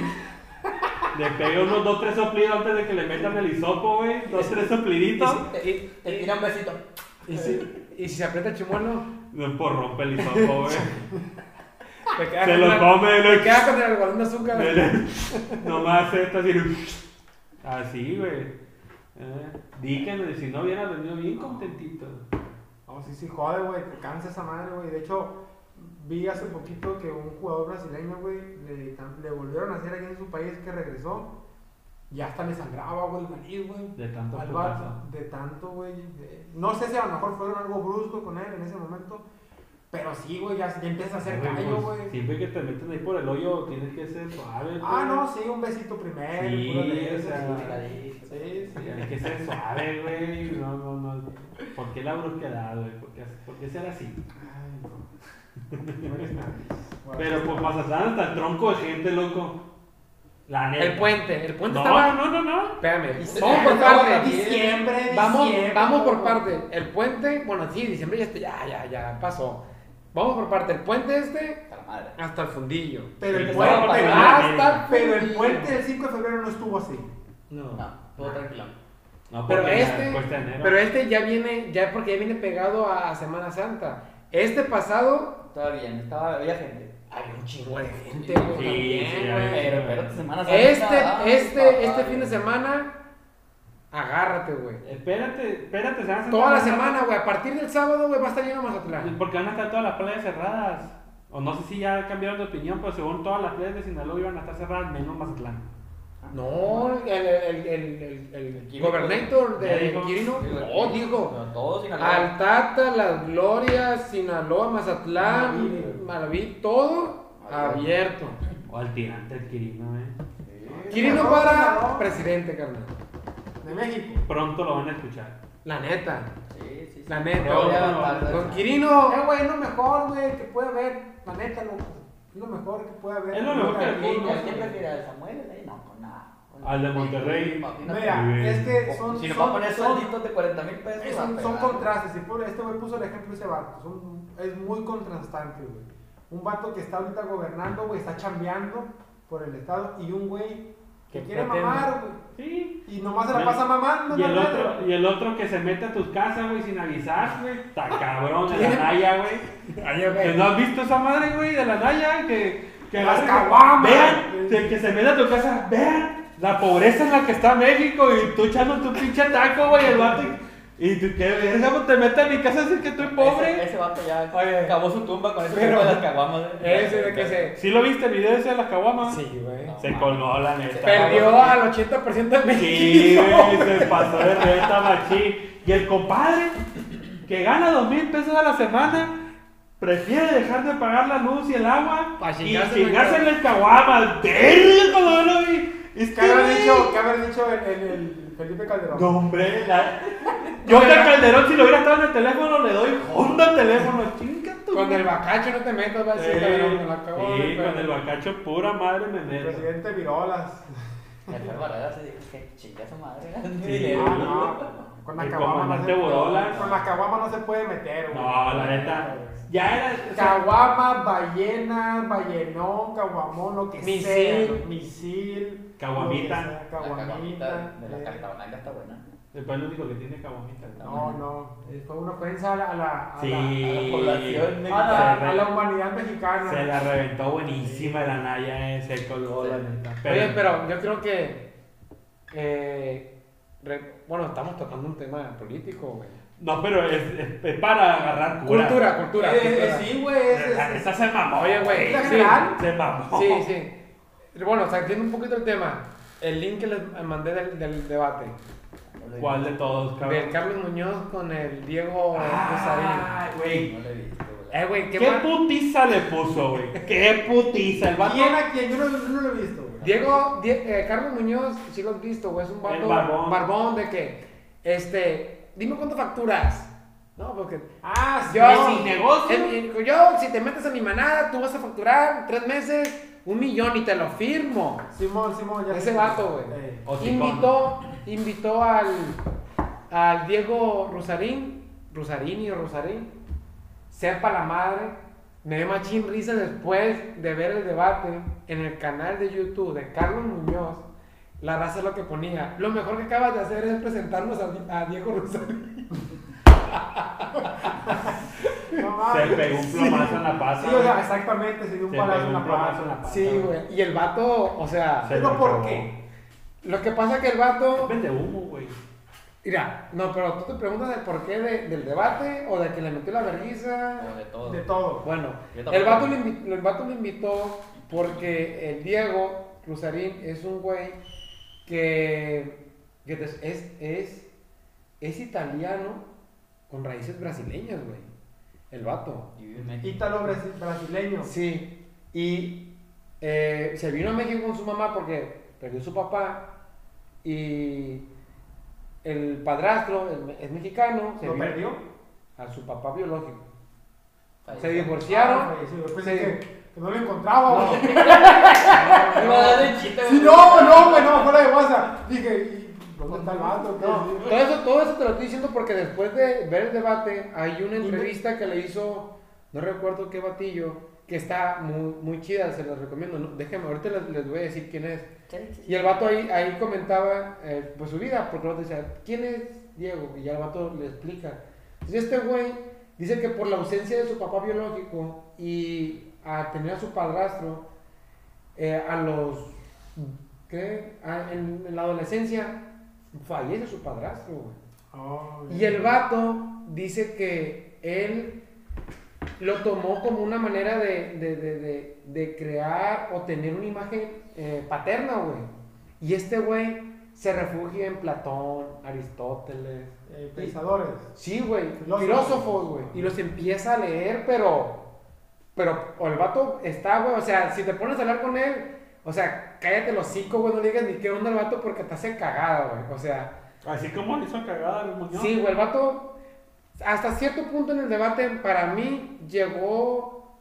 S1: (laughs) Le pega unos dos, tres soplidos antes de que le metan el hisopo, güey. Dos, tres sopliditos.
S6: (laughs)
S3: Te, te tira un besito.
S2: ¿Y si, y si se aprieta el chimuelo,
S1: Por rompe el hisopo,
S6: (laughs)
S1: güey.
S2: te queda
S1: Se
S2: con
S1: lo
S2: la-
S1: come,
S2: Te
S1: lo que.
S2: queda con el algodón de azúcar.
S1: (laughs) Nomás esta así. Así, güey. Eh, di que si no hubiera venido bien contentito.
S6: No, sí, sí, jode, güey, te cansa esa madre, güey. De hecho, vi hace poquito que un jugador brasileño, güey, le, tam- le volvieron a hacer aquí en su país que regresó. Y hasta le sangraba, güey, el nariz, güey.
S1: De tanto
S6: Al
S1: putazo.
S6: vato, de tanto, güey. eh, No sé si a lo mejor fueron algo brusco con él en ese momento. Pero sí, güey, ya, ya empieza a hacer
S1: Güey,
S6: callo,
S1: pues,
S6: güey.
S1: Siempre que te meten ahí por el hoyo, tienes que ser suave.
S6: Ah,
S1: güey.
S6: no, sí, un besito primero.
S1: Sí,
S6: pura ley,
S1: o sea,
S3: Picadito.
S6: sí, sí.
S1: Tienes que ser suave, güey. No, no, no. ¿Por qué la brusquedad, güey? ¿Por qué, por qué ser así?
S6: Ay, no. No eres nada. Bueno,
S1: Pero pues Mazatlán hasta el tronco de gente, loco. La neta.
S2: El puente, el puente
S1: No,
S2: estaba.
S1: no, no, no.
S2: Espérame.
S3: se-
S2: Vamos por
S6: Estamos en
S2: partes.
S6: diciembre,
S2: Vamos,
S6: diciembre,
S2: vamos por
S6: loco.
S2: parte. El puente, bueno, sí, diciembre ya está, ya, ya, ya pasó. Vamos por parte. El puente este
S3: Hasta la madre.
S2: hasta el fundillo.
S6: Pero el
S3: Empezaba
S6: puente,
S3: a
S6: pero-
S1: pasar.
S2: hasta
S6: pero el
S2: fundillo.
S6: puente del 5 de febrero no estuvo así.
S1: No.
S3: No, todo tranquilo.
S1: No,
S2: Pero
S1: porque
S2: este,
S1: después de enero.
S2: pero este ya viene, ya porque ya viene pegado a, a Semana Santa. Este pasado
S3: Todavía no estaba, había gente.
S2: había un chingo de gente.
S3: Sí,
S2: güey, también,
S1: sí,
S2: güey.
S1: había-
S3: Pero, pero esta semana
S2: Este,
S3: Santa, ay, papá,
S2: este, este fin de
S3: güey.
S2: semana, agárrate, güey.
S1: Espérate, espérate, se van a sentar
S2: Toda la
S1: más-
S2: semana, güey. A partir del sábado, güey, va a estar lleno Mazatlán.
S1: Porque Pues, van a estar todas las playas cerradas. O no sé si ya cambiaron de opinión, pero según todas las playas de Sinaloa iban a estar cerradas, menos Mazatlán.
S2: No, el, el, el, el, el
S3: Quirino.
S2: gobernator
S1: Ya
S2: de
S1: dijo.
S2: Quirino,
S3: Sí, güey.
S2: no, dijo.
S3: No, Todos sin
S2: Ah,
S3: alcohol.
S2: Altata, Las Glorias, Sinaloa, Mazatlán,
S6: Maraví.
S2: Maraví, todo
S3: Maraví.
S2: abierto.
S1: O al tirante, el Quirino, eh.
S2: Quirino
S6: Sinaloa,
S2: para
S6: Sinaloa.
S2: presidente, carnal.
S6: De México.
S1: Pronto lo van a escuchar.
S2: La neta.
S3: Sí, sí, sí.
S8: La neta,
S9: No,
S8: güey.
S9: ya no, no, no.
S8: Don
S6: No,
S8: Quirino.
S6: eh, güey, es lo mejor, güey, que puede haber. La neta, loco. Es lo mejor que puede haber.
S1: Es lo mejor que
S6: Aquí,
S1: aquí,
S6: güey.
S3: ¿Quién prefiere pues, a Samuel? Eh, No, con nada.
S1: Al de Monterrey.
S3: Imagínate.
S6: Mira, es que son.
S3: Si le va a
S6: son,
S3: poner
S6: son-
S3: solditos de 40 mil pesos.
S6: es
S3: va a
S6: un- son
S3: pegar.
S6: contrastes. Y por este güey puso el ejemplo ese vato. Son- es muy contrastante, güey. Un vato que está ahorita gobernando, güey, está chambeando por el Estado. Y un güey que
S8: Que
S6: quiere
S8: pretende.
S6: mamar, güey.
S1: Sí,
S6: Y nomás se la pasa mamando,
S1: Y
S6: no
S1: el,
S6: nada.
S1: otro, y el otro que se mete a tus casas, güey, sin avisar, güey. Está cabrón, de la Naya, güey. ¿Que ¿No has visto esa madre, güey, de la Naya? Que, que
S6: Las
S1: agarra-
S6: caguamas.
S1: Vean, que, que se mete a tu casa, vean. La pobreza en la que está México y tú echando tu pinche taco, güey, el vato. Y, y tú, que verga, pues, te metes a mi casa a decir que estoy
S3: Ese,
S1: pobre.
S3: ese vato ya
S2: Oye.
S3: acabó su tumba con ese
S2: Pero-
S3: tipo de las caguamas. eh.
S2: Ese de que se.
S1: ¿Sí lo viste el video ese de las caguamas?
S2: Sí, güey.
S1: Se coló, la neta.
S2: Perdió al 80% de
S1: Sí,
S2: (laughs) México.
S1: güey, se pasó de reta machín. Y el compadre, que gana dos mil pesos a la semana, prefiere dejar de pagar la luz y el agua
S8: Pa'
S1: y
S8: chingárselo en
S1: chingarse en el caguama. ¡Verga, cuando lo vi! Es
S6: ¿Qué
S1: que,
S6: habrá
S1: güey,
S6: dicho, qué habrá dicho el, el- el Felipe Calderón?
S1: No, hombre, la... Yo que Calderón, si lo hubiera estado en el teléfono, le doy onda al teléfono. Chinga tu
S2: Con
S1: madre.
S2: el bacacho no te metas, va a decir, cabrón, me la
S1: Sí,
S2: acabo de
S1: sí, con el
S2: perder. Pues
S1: bacacho, pura madre me
S6: El
S1: meto.
S6: presidente Virolas.
S3: El Fer Barrera se dijo que chinga su madre. (laughs)
S1: Sí.
S6: Ah, no. Con la
S1: El
S6: caguama no
S1: comandante
S6: se puede.
S1: Borolas.
S6: Con la caguama no se puede meter, güey.
S1: No, la neta. Ya era. o sea,
S6: Caguama, ballena, ballenón, caguamón, lo que
S2: Misil.
S6: sea. güey. Misil.
S1: Caguamita.
S6: lo que sea,
S3: La
S6: Caguamita.
S3: caguamita de la
S6: eh.
S3: cajita blanca está buena.
S1: El pan único que tiene caguamita.
S6: No, no. eh, Fue una ofensa a la, a la, a
S1: Sí.
S6: la-
S3: la población
S1: Se
S6: a la-
S1: re-
S6: Ah, a la humanidad mexicana.
S1: Se la reventó buenísima la Naya, eh, se colgó la neta.
S2: Oye, pero yo creo que. eh, re- bueno, estamos tocando un tema político, güey.
S1: No, pero es, es- es para agarrar cura.
S2: Cultura, cultura.
S6: Eh, eh,
S2: cultura.
S6: sí, güey. es- es-
S1: La neta se mamó.
S2: Oye, güey,
S6: ¿Es la
S2: sí.
S6: general?
S1: Se mamó.
S2: Sí, sí. Pero Bueno, saliendo un poquito el tema. El link que les mandé del, del debate.
S1: ¿Cuál de todos,
S2: Del
S1: cabrón?
S2: Carlos Muñoz con el Diego
S1: Ah,
S6: pues,
S1: Ay, güey.
S3: No lo he visto,
S2: Busarín.
S3: güey.
S2: Eh, güey,
S1: ¿Qué,
S2: qué, mal.
S1: putiza le puso, güey? ¿Qué putiza? El vato.
S6: ¿Quién a quién? Yo no, yo no lo he visto, güey.
S2: Diego, Die- eh, Carlos Muñoz, si lo has visto, güey, es un vato
S1: El barbón.
S2: barbón de que, este, dime cuánto facturas. No, porque
S6: Ah, sí.
S2: yo,
S1: sin negocio.
S2: en- en- yo, si te metes a mi manada, tú vas a facturar en tres meses un millón y te lo firmo.
S6: Simón, Simón, ya
S2: Ese
S6: sé.
S2: vato, güey.
S6: Eh.
S1: Hocicón.
S2: Invitó, invitó al, al Diego Rosarín, Rosarini o Rosarín, sepa la madre. Me dio machín risa después de ver el debate en el canal de YouTube de Carlos Muñoz. La raza es lo que ponía. Lo mejor que acabas de hacer es presentarnos a, Di- a Diego Rosarín.
S6: No
S1: Se
S6: mames.
S1: pegó un plomazo en la pasa.
S6: Sí, o sea, exactamente, se dio un
S1: Se
S6: palazo
S1: pegó
S6: en
S1: un
S6: la
S1: plomazo en
S6: pata.
S1: la pasa.
S2: Sí, güey. Y el vato, o sea,
S1: Se
S6: Pero
S1: lo
S6: ¿por
S1: acabó.
S6: qué?
S2: lo que pasa es que el vato.
S1: Vende humo, güey.
S2: Mira, no, pero tú te preguntas el porqué de- del debate o de que le metió la vergüenza.
S3: Como de todo.
S6: De todo.
S2: Bueno,
S3: Yo
S2: el
S3: tampoco.
S2: vato, lo invi- el vato lo invitó porque el Diego Cruzarín es un güey que, que te- es, es, es italiano con raíces brasileñas, güey. El vato.
S3: Y vive en México.
S6: Ítalo brasi- brasileño.
S2: Sí. Y eh, se vino a México con su mamá porque perdió su papá y el padrastro el me- es mexicano. se
S6: ¿Lo
S2: vino
S6: perdió?
S2: A su papá biológico. Se
S3: Falleció.
S2: divorciaron.
S6: Sí, yo
S2: se-
S6: pensé que, que no lo encontraba, güey.
S3: Iba a darle chiste,
S6: Sí,
S3: güey.
S6: no, no, güey, no, fuera de WhatsApp. Dije, ¿y ¿dónde Pues está el vato? ¿Qué?
S2: No, todo eso, todo eso te lo estoy diciendo porque después de ver el debate, hay una entrevista que le hizo, no recuerdo qué batillo, que está muy, muy chida, se las recomiendo. ¿no? Déjenme, ahorita les, les voy a decir quién es. Y el vato ahí, ahí comentaba eh, pues su vida, porque el vato decía, ¿quién es Diego? Y ya el vato le explica. Entonces este güey dice que por la ausencia de su papá biológico y a tener a su padrastro, eh, a los, ¿qué? A- en, en la adolescencia, fallece su padrastro, güey.
S6: Oh,
S2: Y el vato dice que él lo tomó como una manera de, de- de- de- de crear o tener una imagen eh, paterna, güey. Y este güey se refugia en Platón, Aristóteles.
S6: eh, pensadores.
S2: Sí, güey,
S6: Filósofos.
S2: filósofos, güey. Y los empieza a leer, pero. Pero o el vato está, güey. O sea, si te pones a hablar con él, o sea, cállate los hocico, güey. No le digas ni qué onda el vato porque te hace cagada, güey. O sea.
S1: Así como le hizo cagada al Muñoz.
S2: Sí, güey, el vato hasta cierto punto en el debate, para mí, llegó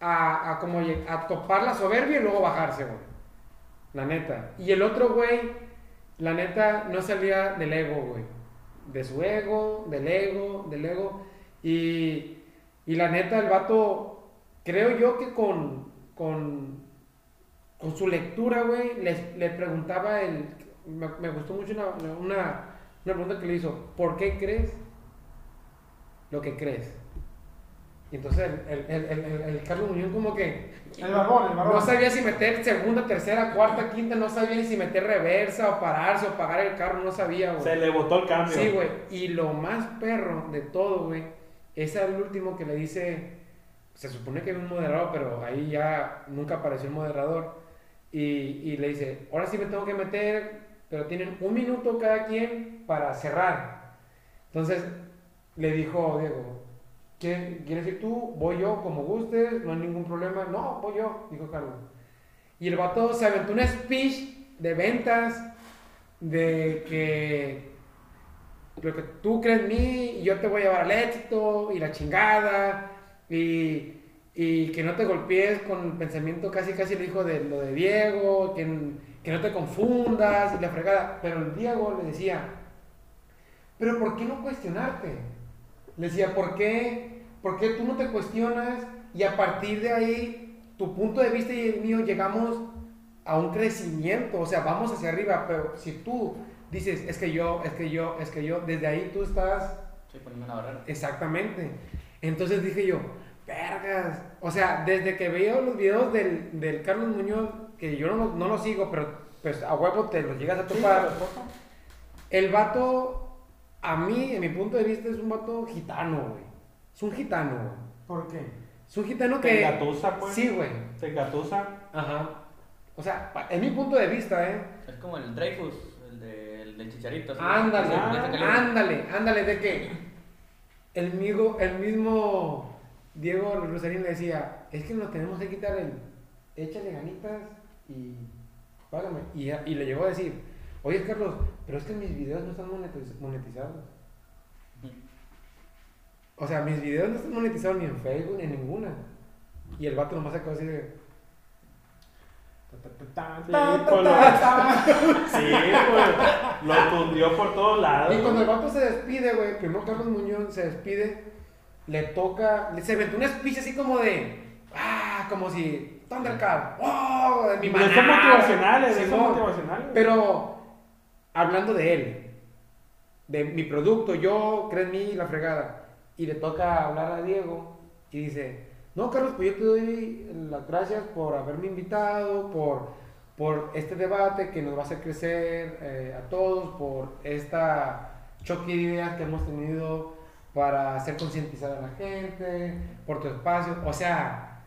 S2: a, a como lleg- a topar la soberbia y luego bajarse, güey. La neta. Y el otro güey, la neta, no salía del ego, güey. De su ego, del ego, del ego. Y, y la neta, el vato, creo yo que con, con, con su lectura, güey, les- le preguntaba el... Me, me gustó mucho una, una, una pregunta que le hizo. ¿Por qué crees lo que crees? Y entonces el, el, el, el, el- el Carlos Muñoz como que...
S6: El barbón, el barbón.
S2: No sabía si meter segunda, tercera, cuarta, quinta, no sabía ni si meter reversa o pararse o pagar el carro, no sabía, güey.
S1: Se le botó el cambio.
S2: Sí, güey. Y lo más perro de todo, güey, es el último que le dice. Se supone que había un moderador, pero ahí ya nunca apareció el moderador. Y, y le dice: Ahora sí me tengo que meter, pero tienen un minuto cada quien para cerrar. Entonces le dijo Diego: "¿Qué- ¿Quieres ir tú? Voy yo, como gustes, no hay ningún problema. No, voy yo, dijo Carlos. Y el vato se aventó un speech de ventas, de que lo que tú crees en mí y yo te voy a llevar al éxito y la chingada y, y que no te golpees con el pensamiento casi casi el hijo de lo de Diego, que, n- que no te confundas y la fregada. Pero el Diego le decía, pero ¿por qué no cuestionarte? Le decía, ¿por qué? ¿Por qué tú no te cuestionas? Y a partir de ahí, tu punto de vista y el mío llegamos a un crecimiento, o sea, vamos hacia arriba, pero si tú dices, es que yo, es que yo, es que yo, desde ahí tú estás
S3: Estoy poniendo una barrera.
S2: Exactamente. Entonces dije yo, vergas. O sea, desde que veo los videos del, del Carlos Muñoz, que yo no, lo- no lo sigo, pero pues a huevo te los llegas a topar. el vato, a mí, en mi punto de vista, es un vato gitano, güey. Es un gitano, güey.
S6: ¿Por qué?
S2: Es un gitano
S1: Te
S2: que...
S1: engatusa, pues.
S2: Sí, güey.
S1: Te engatusa.
S2: Ajá. O sea, pa- en mi punto de vista, ¿eh?
S3: Es como el Dreyfus, el, de, el del chicharito. ¿sí?
S2: Ándale,
S3: Ese- ese calibre.
S2: ándale, ándale, de que el mismo, el mismo Diego Rosarín le decía, es que nos tenemos que quitar el, échale ganitas y págame. Y, y le llegó a decir, oye Carlos, pero es que mis videos no están monetiz- monetizados. O sea, mis videos no están monetizados ni en Facebook, ni en ninguna. Y el vato nomás sacó así de,
S1: Sí, pues, lo- Sí, güey. Lo tundió por todos lados.
S2: Y cuando el vato se despide, güey, primero Carlos Muñoz se despide, le toca, le- se inventó una speech así como de, ah, como si, Thundercat, wow, de mi
S1: No
S2: maná.
S1: son motivacionales,
S2: Sí,
S1: no
S2: no.
S1: son motivacionales.
S2: Pero, hablando de él, de mi producto, yo, creen mí, la fregada, y le toca hablar a Diego, y dice, no, Carlos, pues yo te doy las gracias por haberme invitado, por por este debate que nos va a hacer crecer eh, a todos, por esta choque de ideas que hemos tenido para hacer concientizar a la gente, por tu espacio. O sea,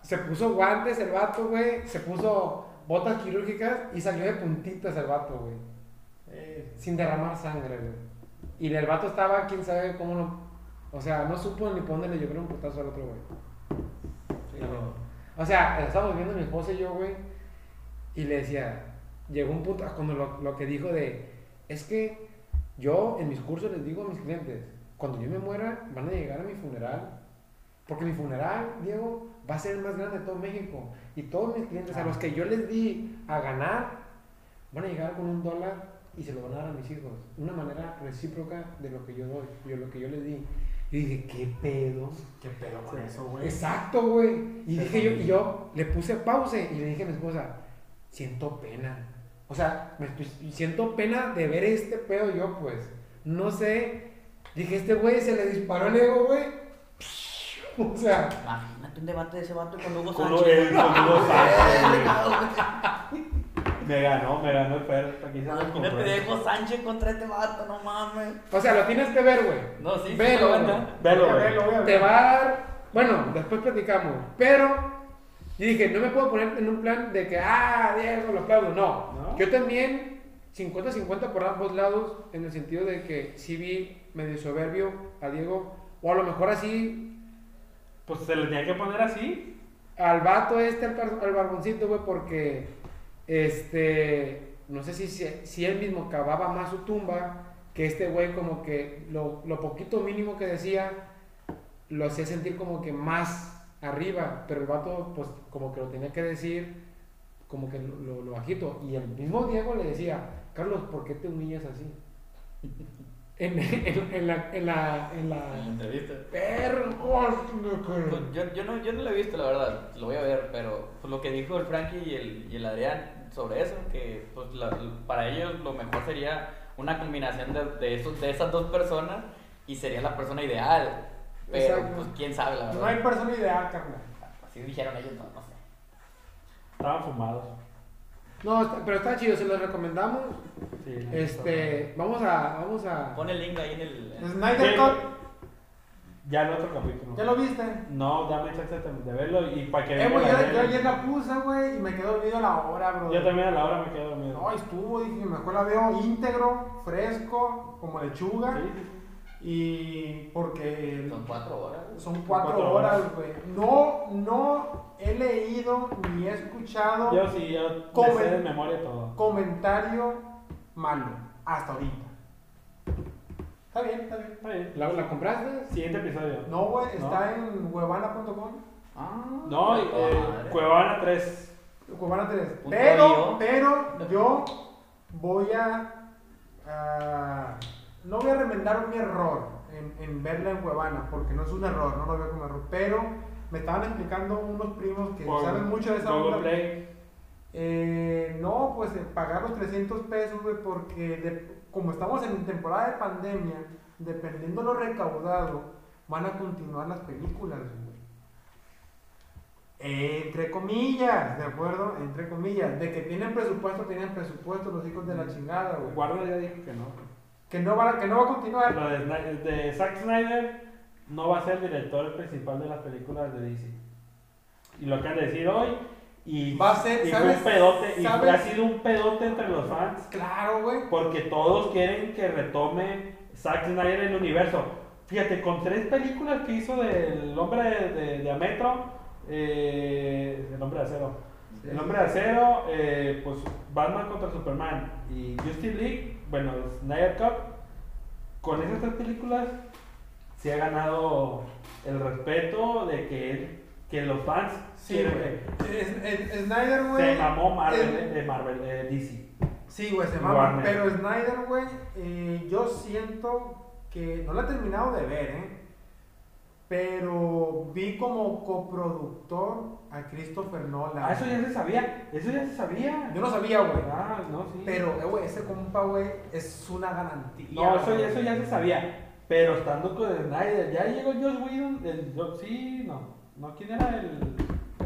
S2: se puso guantes el vato, güey, se puso botas quirúrgicas y salió de puntitas el vato, güey,
S6: Eh.
S2: sin derramar sangre, güey. Y el vato estaba, quién sabe cómo no. O sea, no supo ni por dónde le llovió un putazo al otro, güey. También. O sea, estábamos viendo mi esposa y yo, güey, y le decía, llegó un punto, cuando lo, lo que dijo de, es que yo en mis cursos les digo a mis clientes, cuando yo me muera van a llegar a mi funeral, porque mi funeral, Diego, va a ser el más grande de todo México, y todos mis clientes a
S6: Ah.
S2: los que yo les di a ganar, van a llegar con un dólar y se lo van a dar a mis hijos, una manera recíproca de lo que yo doy, de lo que yo les di. Y dije, ¿qué pedo?
S6: ¿Qué pedo con eso, güey?
S2: Exacto, güey. Y dije yo, y yo le puse pause y le dije a mi esposa, siento pena. O sea, me estoy- siento pena de ver este pedo yo, pues. No sé. Dije, este güey se le disparó el ego, güey. (laughs) O sea,
S3: Imagínate un debate de ese vato con Hugo
S1: Con lo-
S3: Sánchez.
S1: eh,
S3: güey.
S1: con Hugo Sánchez, güey.
S3: Imagínate
S1: Me ganó, me ganó el perro. Aquí se me compró.
S3: de Hugo Sánchez contra este vato, no mames.
S2: o sea, lo tienes que ver, güey.
S3: No, sí, sí,
S2: Velo,
S3: lo
S2: güey.
S3: vendo.
S1: Velo,
S6: Voy a
S1: güey.
S6: verlo, voy a
S2: Te
S6: verlo.
S2: va a dar. Bueno, después platicamos. Pero yo dije, no me puedo poner en un plan de que, ah, Diego, lo aplaudo. No.
S1: ¿No?
S2: Yo también, 50-50 por ambos lados, en el sentido de que sí vi medio soberbio a Diego. O a lo mejor así,
S1: Pues se le tenía que poner así.
S2: al vato este, al, par- al barboncito, güey, porque. Este. No sé si, si, si él mismo cavaba más su tumba que este güey como que lo, lo poquito mínimo que decía lo hacía sentir como que más arriba, pero el vato pues como que lo tenía que decir como que lo, lo- lo bajito. Y el mismo Diego le decía, Carlos, ¿por qué te humillas así? (laughs) en, en- en la... En la, en
S3: en la
S2: la
S3: entrevista.
S2: Perro,
S3: Pues yo, yo, no, yo no lo he visto, la verdad, lo voy a ver, pero pues, lo que dijo el Frankie y el, y el Adrián sobre eso, que pues, la- para ellos lo mejor sería una combinación de, de, esos, de esas dos personas y sería la persona ideal. Pero
S2: Exacto.
S3: pues quién sabe, la
S6: No hay
S3: verdad.
S6: persona ideal, carnal.
S3: Así dijeron ellos, no, no sé.
S1: Estaban fumados.
S2: No, está- pero está chido, se lo recomendamos.
S1: Sí,
S2: Este, vamos a, vamos a...
S3: Pon el link ahí en el... en-
S6: Snyder
S1: Sí.
S6: Cut,
S1: Ya el otro capítulo.
S6: ¿ya lo viste?
S1: No, dame chance de- de verlo y para que
S6: Eh,
S1: venga
S6: güey,
S1: la
S6: yo, yo
S1: verga.
S6: ayer la puse, güey, y me quedé dormido a la hora, bro.
S1: Yo también a la hora me quedo dormido.
S6: No, estuvo, dije, mejor la veo íntegro, fresco, como lechuga.
S1: Sí, sí, sí.
S6: Y porque
S3: Son cuatro horas.
S6: son cuatro,
S1: cuatro
S6: horas,
S1: horas.
S6: güey. No, no he leído ni he escuchado
S1: Yo sí, yo
S6: Come.
S1: me sé de memoria todo.
S6: comentario malo hasta ahorita. Está bien, está bien.
S1: Está bien.
S2: ¿La, la compraste?
S1: Siguiente episodio.
S6: No, güey, está en huevana.com.
S3: Ah,
S1: No,
S3: la toda
S1: eh,
S3: madre.
S1: Cuevana 3.
S6: Cubana 3.
S3: Punto
S6: Pero,
S3: yo.
S6: pero yo voy a. ah, no voy a remendar un error en, en verla en Cuevana, porque no es un error, no lo veo como error. Pero me estaban explicando unos primos que
S1: Por
S6: saben mucho de esa
S1: Google
S6: onda.
S1: Play.
S6: Eh, no, pues eh, pagar los 300 pesos, güey, porque de- como estamos en temporada de pandemia, dependiendo lo recaudado, van a continuar las películas, güey. Entre comillas, ¿de acuerdo? Entre comillas, de que tienen presupuesto, tienen presupuesto los hijos de la chingada, güey.
S1: Guarda ya dijo que no.
S6: Que no va, que no va a continuar.
S1: Lo de, Sny- de Zack Snyder no va a ser el director principal de las películas de DC. Y lo acaban de decir hoy. Y,
S6: Va a ser-
S1: y fue
S6: ¿sabes?
S1: un pedote. Y
S6: ¿sabes?
S1: ha sido un pedote entre los fans.
S6: Claro, güey.
S1: Porque todos quieren que retome Zack Snyder el universo. Fíjate, con tres películas que hizo del hombre de, de- de Ametro, eh, el hombre de acero. El hombre de acero, eh, pues Batman contra Superman y Justice League, bueno, Snyder Cup, con esas tres películas se ha ganado el respeto de que, él- que los fans
S6: Sí,
S1: quieren
S6: güey.
S1: que-
S6: Es- es- Snyder, güey.
S1: Se mamó Marvel,
S6: es-
S1: eh, de Marvel, eh, DC.
S6: Sí, güey, se mama.
S1: Warner.
S6: Pero Snyder, güey, eh, yo siento que no la he terminado de ver, ¿eh? Pero vi como coproductor a Christopher Nolan.
S1: Ah, eso ya se sabía, eso ya se sabía.
S6: Yo no sabía, güey.
S1: Ah, no, sí.
S6: Pero, eh, güey, ese compa, güey, es una garantía.
S1: no, eso,
S6: güey.
S1: ya- eso ya se sabía. Pero estando con Snyder, ya llegó Josh Whedon. El, yo- sí, no. No, ¿quién era el,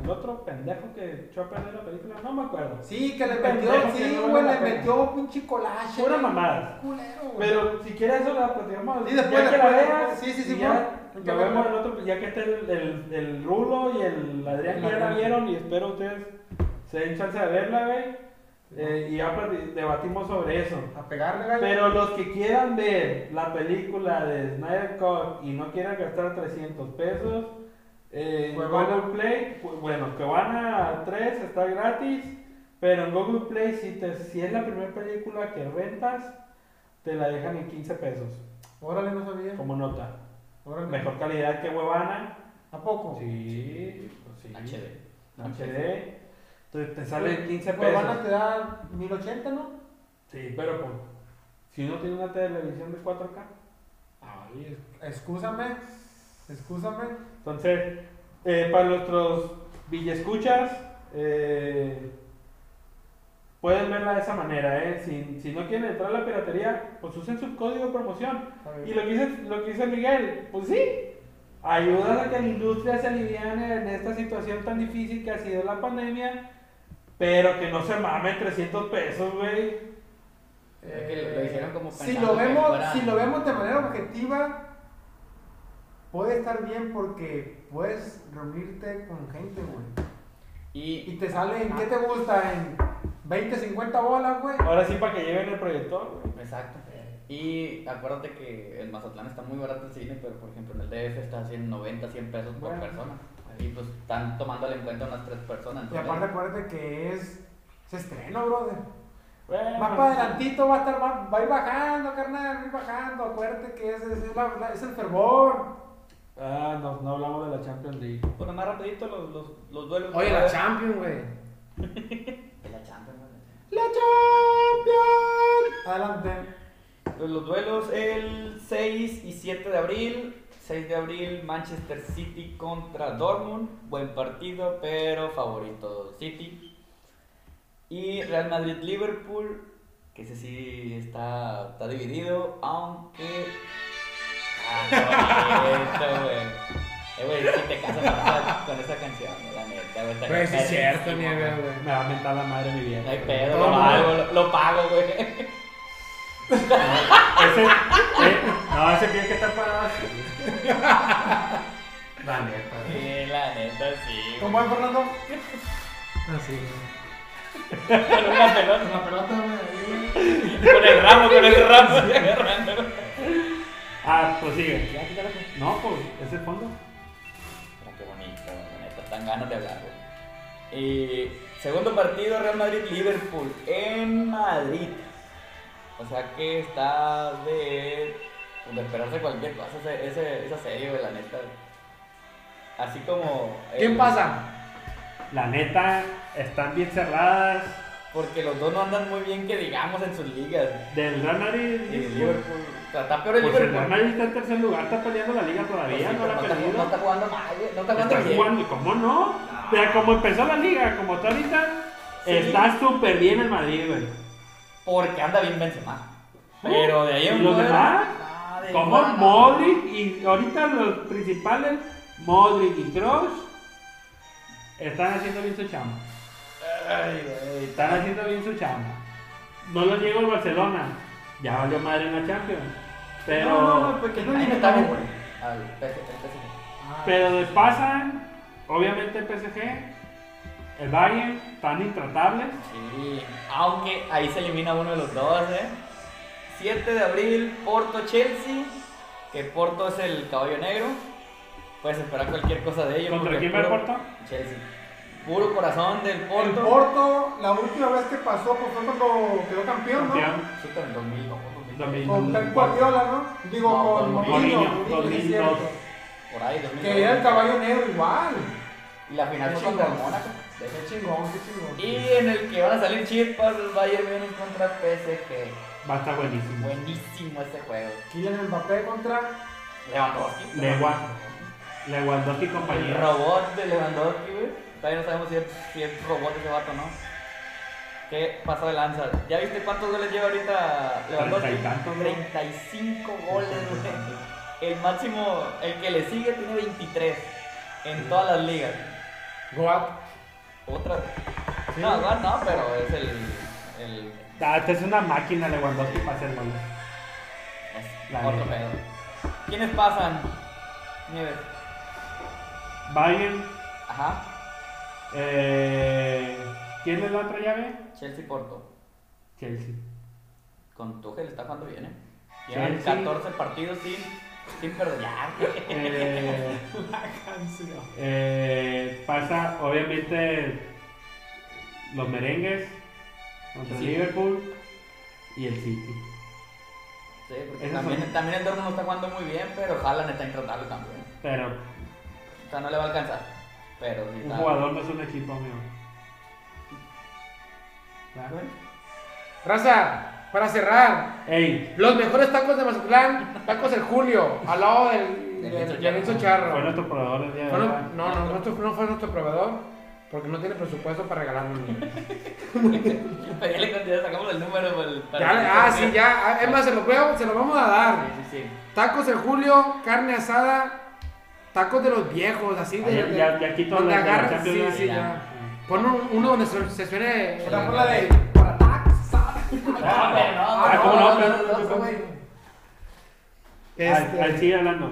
S1: el otro pendejo que echó a perder la película? No me acuerdo.
S6: Sí, que le metió,
S1: Pendejo que
S6: sí,
S1: no vale
S6: güey,
S1: la
S6: le
S1: pena.
S6: metió pinche colaje.
S1: Pura
S6: güey.
S1: mamada.
S6: Culero, güey.
S1: Pero si quieres, eso la platicamos.
S6: Sí, después,
S1: ya que
S6: después,
S1: la veas.
S6: sí, sí, sí,
S1: y Ya, lo
S6: bueno.
S1: vemos el otro, ya que está el, el, el Rulo y el Adrián que ya la vieron. Y espero ustedes se den chance de verla, güey. Eh, y ya plati- debatimos sobre eso.
S6: A pegarle, gallo.
S1: Pero los que quieran ver la película de Snyder Cut y no quieran gastar 300 pesos, eh, en
S6: Cuevana.
S1: Google Play, pues, bueno, que van a 3 está gratis, pero en Google Play si, te- si es la primera película que rentas, te la dejan en 15 pesos
S6: Órale, no sabía.
S1: como nota.
S6: Órale.
S1: Mejor calidad que Huevana.
S6: ¿A poco?
S1: Sí, pues sí.
S3: HD.
S1: HD. Entonces te sale 15
S6: Pues
S1: pesos.
S6: van a quedar 1080, ¿no?
S1: Sí, pero pues, si uno tiene una televisión de 4K.
S6: Ay, excúsame, excúsame.
S1: Entonces, eh, para nuestros villescuchas, eh, pueden verla de esa manera, ¿eh? Si, si no quieren entrar a la piratería, pues usen su código de promoción.
S6: A ver.
S1: Y lo que dice, lo que dice Miguel, pues sí, ayuda a que la industria se aliviane en esta situación tan difícil que ha sido la pandemia, pero que no se mamen 300 pesos, güey.
S3: Creo que lo- lo hicieron como
S6: eh, si
S3: pensando
S6: lo
S3: que
S6: vemos,
S3: fuera-
S6: si lo vemos de manera objetiva, puede estar bien porque puedes reunirte con gente, güey.
S3: Y
S6: Y te sale en qué te gusta en 20, 50 bolas, güey.
S1: Ahora sí, para que lleven el proyector.
S3: Exacto. Y acuérdate que en Mazatlán está muy barato el cine, pero por ejemplo en el DF está así en 90, 100 pesos por
S1: Bueno.
S3: persona. Y pues están tomándole en cuenta unas tres personas.
S6: Y
S3: entonces-
S6: aparte acuérdate que es se estreno, brother.
S10: Bueno,
S6: Más para adelantito va a estar, va, va a ir bajando, carnal, va a ir bajando. Acuérdate que es, es, la- la- es el fervor.
S10: Ah, no, no hablamos de la Champions League.
S3: Bueno, pues, más rapidito los, los, los duelos.
S2: Oye, la Champions, güey.
S3: La Champions, güey.
S6: ¡La Champions! Adelante.
S3: Pues los duelos el 6 y 7 de abril. 6 de abril, Manchester City contra Dortmund. Buen partido, pero favorito City. Y Real Madrid-Liverpool, que ese sí está, está dividido, aunque... Ah, bonito, güey. Eh, güey, si te casas con esa- con esa canción, ¿no? la neta, güey. está
S2: Güey, Pues sí es cierto,
S3: perrísima,
S2: nieve,
S3: güey.
S2: güey.
S10: Me va a mentar la madre mi
S3: No
S10: vieja.
S3: hay pedo,
S2: Todo
S3: lo
S2: mal.
S3: pago, lo- lo pago, güey. (laughs)
S1: Ese, eh, no, ese tiene que estar parado así. (laughs)
S11: La neta.
S3: Sí, la neta, sí. güey.
S6: ¿Cómo va, Fernando?
S2: Así,
S3: Con una pelota.
S6: La pelota, güey.
S3: Con el ramo, con el (laughs) ramo. agarrándolo.
S1: Ah, pues sigue.
S3: Ya, quítalo, pues.
S1: No, pues, ese fondo.
S3: Pero qué bonito, la neta, están ganas de hablar, güey. Y segundo partido, Real Madrid-Liverpool en Madrid. O sea que está de, de esperarse cualquier cosa ese, ese- esa serie, güey, la neta. Así como...
S2: ¿Quién
S3: eh,
S2: pasa?
S1: La neta, están bien cerradas.
S3: Porque los dos no andan muy bien, que digamos, en sus ligas.
S1: Del Real Madrid.
S3: Y el Liverpool... o sea, está peor el
S1: Pues Eh, el Real
S3: Liverpool.
S1: Madrid está en tercer lugar, está peleando la liga
S3: Pues
S1: todavía,
S3: sí,
S1: no
S3: pero
S1: la ha
S3: no está- no está
S1: perdido.
S3: jugando mal, güey, no está jugando
S1: Está
S3: bien.
S1: jugando, ¿cómo no? O sea, como empezó la liga, como está ahorita,
S3: Sí.
S1: está súper bien el Madrid, güey.
S3: Porque anda bien Benzema.
S1: ¿Eh?
S3: Pero de ahí
S1: ¿Y
S3: en
S1: los
S3: fuera-
S1: demás?
S3: Ah, de
S1: Como
S3: fuera, no.
S1: Modric y ahorita los principales, Modric y Kroos, están haciendo bien su chamba.
S3: Ay, güey.
S1: Están haciendo bien su chamba. No lo llegó el Barcelona, ya valió madre en la Champions. Pero,
S6: No, no, pues- no, porque no
S3: Ahí
S6: le
S3: no está bien,
S6: güey.
S3: güey. Ah, el PSG, el PSG.
S1: pero de pasan, obviamente el PSG, el Bayern, están intratables.
S3: Sí, aunque ahí se elimina uno de los dos, ¿eh? 7 de abril, Porto-Chelsea. Que Porto es el caballo negro. Puedes esperar cualquier cosa de ellos.
S1: ¿Contra
S3: porque
S1: quién va el
S3: puro-
S1: Porto?
S3: Chelsea. Puro corazón del
S6: El
S3: Porto.
S6: Porto, la última vez que pasó pues, fue cuando quedó campeón, ¿no?
S1: Campeón
S3: Chuta, en 2002, 2003,
S1: 2000.
S6: Con Pep Guardiola, ¿no? Digo,
S3: No,
S6: con
S3: con
S6: Mourinho.
S1: Mourinho,
S6: Mourinho, sí,
S1: 2002.
S6: cierto.
S3: Por ahí, 2002.
S6: Que era el caballo negro igual.
S3: Y la final fue
S6: Qué
S3: contra el
S6: chingón.
S3: Mónaco. De hecho,
S6: Qué chingón, qué chingón.
S3: Y en el que van a salir chispas el Bayern Múnich contra PSG.
S1: va a estar buenísimo.
S3: Buenísimo este juego.
S6: Kylian Mbappé contra...
S3: Lewandowski.
S1: Lewa- Lewandowski y
S3: El
S1: compañía.
S3: robot de Lewandowski, güey. Todavía no sabemos si es, si es robot ese vato, ¿no? ¿Qué pasó de lanza? ¿Ya viste cuántos goles lleva ahorita Lewandowski?
S1: Treinta y tantos, ¿no?
S3: 35 goles, güey. El máximo, el que le sigue tiene 23 en todas las ligas.
S2: Goat.
S3: Otra. No, no, no, pero es el. el
S1: Ah, Esta es una máquina Lewandowski para hacer goles.
S3: es
S1: La
S3: otro
S1: neta.
S3: pedo. ¿Quiénes pasan? Nieves.
S1: Bayern,
S3: Ajá.
S1: eh, ¿quién es la otra llave?
S3: Chelsea Porto.
S1: Chelsea.
S3: Con Tuchel está jugando bien, ¿eh? Llevan
S1: Chelsea.
S3: 14 partidos sin, sin
S2: (laughs)
S3: perdonar.
S1: Eh, eh, pasa, obviamente, los merengues contra
S3: Sí.
S1: Liverpool y el City.
S3: Sí, porque
S1: Esos
S3: también,
S1: son-
S3: también el Dortmund no está jugando muy bien, pero Haaland está intratable también.
S1: Pero
S3: O sea, no le va a alcanzar. Pero sí
S1: un
S3: está.
S1: jugador no es un equipo, amigo. ¿Verdad?
S2: Raza, para cerrar.
S1: Ey,
S2: Los mejores tacos de Mazatlán, tacos el Julio, al lado del,
S3: Del
S2: del,
S3: Enzo
S2: del Enzo
S1: fue
S2: Charro.
S1: nuestro proveedor el día de
S2: Fue
S1: hoy.
S2: no,
S1: ¿verdad?
S2: no, no, nuestro- no fue nuestro proveedor, porque no tiene presupuesto para regalarnos nieve.
S3: (laughs) Ya le conté, sacamos el número (laughs) para el.
S2: Ya, le- ah, sí, ya. ah, Es más, se lo, voy a- se lo vamos a dar.
S3: Sí, sí, sí.
S2: Tacos el Julio, carne asada, tacos de los viejos, así de.
S1: Ah, ya-
S2: de-
S1: ya- ya quito
S2: donde
S1: la- la
S2: agarras-
S1: Champions
S2: sí,
S1: League,
S2: sí,
S3: ya.
S2: ya. Pon un- uno donde se, se suene. eh,
S6: La bola de... Para
S3: No, pero no,
S1: Ah,
S3: no,
S1: ¿cómo no?
S3: no, no, no, no,
S1: Pero-
S3: güey.
S1: Al,
S2: Este,
S1: al sigue hablando.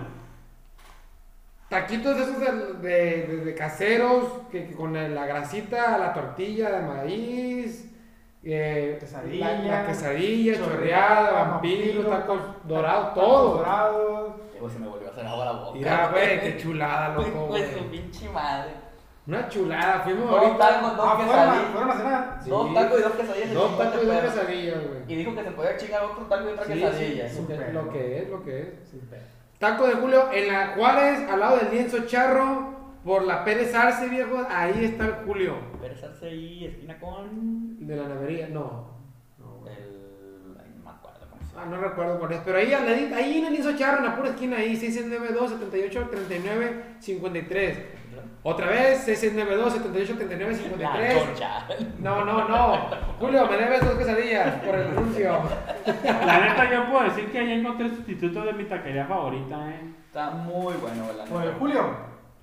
S2: Taquitos de esos del- de, de- de caseros, que, que con la grasita, la tortilla de maíz, eh,
S6: Quesadilla,
S2: la, la quesadilla, chorreada, vampiro, tacos dorados, todo.
S6: Dorados.
S3: Luego se me volvió a hacer agua la boca. (laughs)
S2: Mira, güey, qué chulada, loco.
S3: Pues
S2: güey.
S3: su pinche madre.
S2: Una chulada, fuimos
S3: Dos
S2: ahorita.
S3: tacos, dos
S6: Ah, fueron, a-
S3: quesadillas.
S6: fueron a cenar.
S2: pues, Sí.
S3: Dos tacos y dos quesadillas. en
S2: Dos
S3: 50
S2: tacos y una
S3: pesos.
S2: quesadilla, güey.
S3: Y dijo que se podía chingar otro taco y otra
S2: Sí,
S3: quesadilla.
S2: sí,
S6: Súper.
S2: lo que es, lo que es. Taco de Julio en la Juárez, al lado del lienzo charro, por la Pérez Arce, viejo. Ahí está el Julio.
S3: Pérez Arce ahí, esquina con.
S2: De la navería, no.
S3: El. ay, no me acuerdo cómo se
S2: Ah,
S3: llama.
S2: no recuerdo cuál es. Pero ahí, al ladito- ahí en el lienzo charro, en la pura esquina, ahí 692 78 39 53
S3: Ah,
S2: Otra vez, 692 78 39
S3: La
S2: 53
S3: chorcha.
S2: No, no, no. Julio, me debes dos quesadillas por el anuncio.
S1: La neta, yo puedo decir que allá encontré sustitutos de mi taquería favorita, eh.
S3: Está muy bueno, la
S6: ¿Por el
S3: neta.
S6: Julio?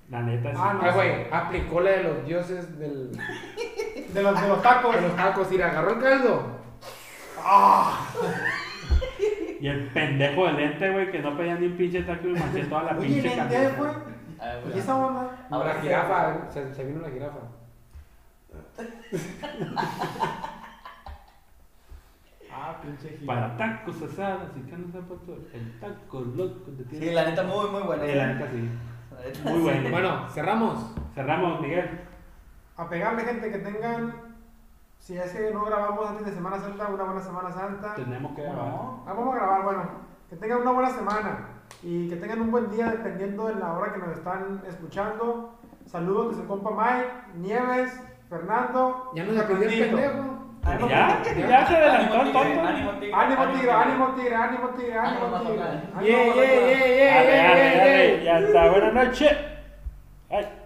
S1: La neta, sí.
S6: Ah, no.
S2: Ah, güey, aplicó la de los dioses del,
S6: De los, de los tacos.
S2: de los tacos. Mira, agarró el caldo.
S1: Y el pendejo de lente, güey, que no pedía ni un pinche taco y manché toda la
S6: Oye,
S1: pinche Ah,
S6: lente,
S1: camisa.
S6: güey.
S3: A ver,
S6: ¿Y esa onda?
S3: Ahora
S2: la
S3: sí.
S2: jirafa, se, se vino la jirafa.
S6: Ah, pinche
S1: Para tacos asados, y que no se ha puesto el taco loco de
S3: Sí, la neta, muy, muy buena.
S1: la neta, sí.
S3: La neta,
S1: Muy bueno.
S2: Bueno, cerramos.
S1: Cerramos, Miguel.
S6: A pegarle, gente, que tengan. Si es que no grabamos antes de Semana Santa, una buena Semana Santa.
S1: Tenemos que grabar.
S6: No, ah, vamos a grabar, bueno. Que tengan una buena semana y que tengan un buen día dependiendo de la hora que nos están escuchando. Saludos de su compa Mike, Nieves, Fernando.
S2: Ya nos aprendió el
S6: Fernandito.
S2: pendejo.
S1: ¿Ya? ¿Ya se adelantó el tonto?
S3: Ánimo tigre,
S6: Ánimo tigre, ánimo tigre, ánimo tigre, ánimo
S3: Ánimo,
S6: tigre.
S3: Mazatlán.
S6: Ánimo,
S2: Yeah, yeah, yeah,
S6: Mazatlán.
S2: yeah,
S1: Dale,
S2: yeah,
S1: dale,
S2: yeah, yeah.
S1: dale. Y hasta buenas noches. Ay.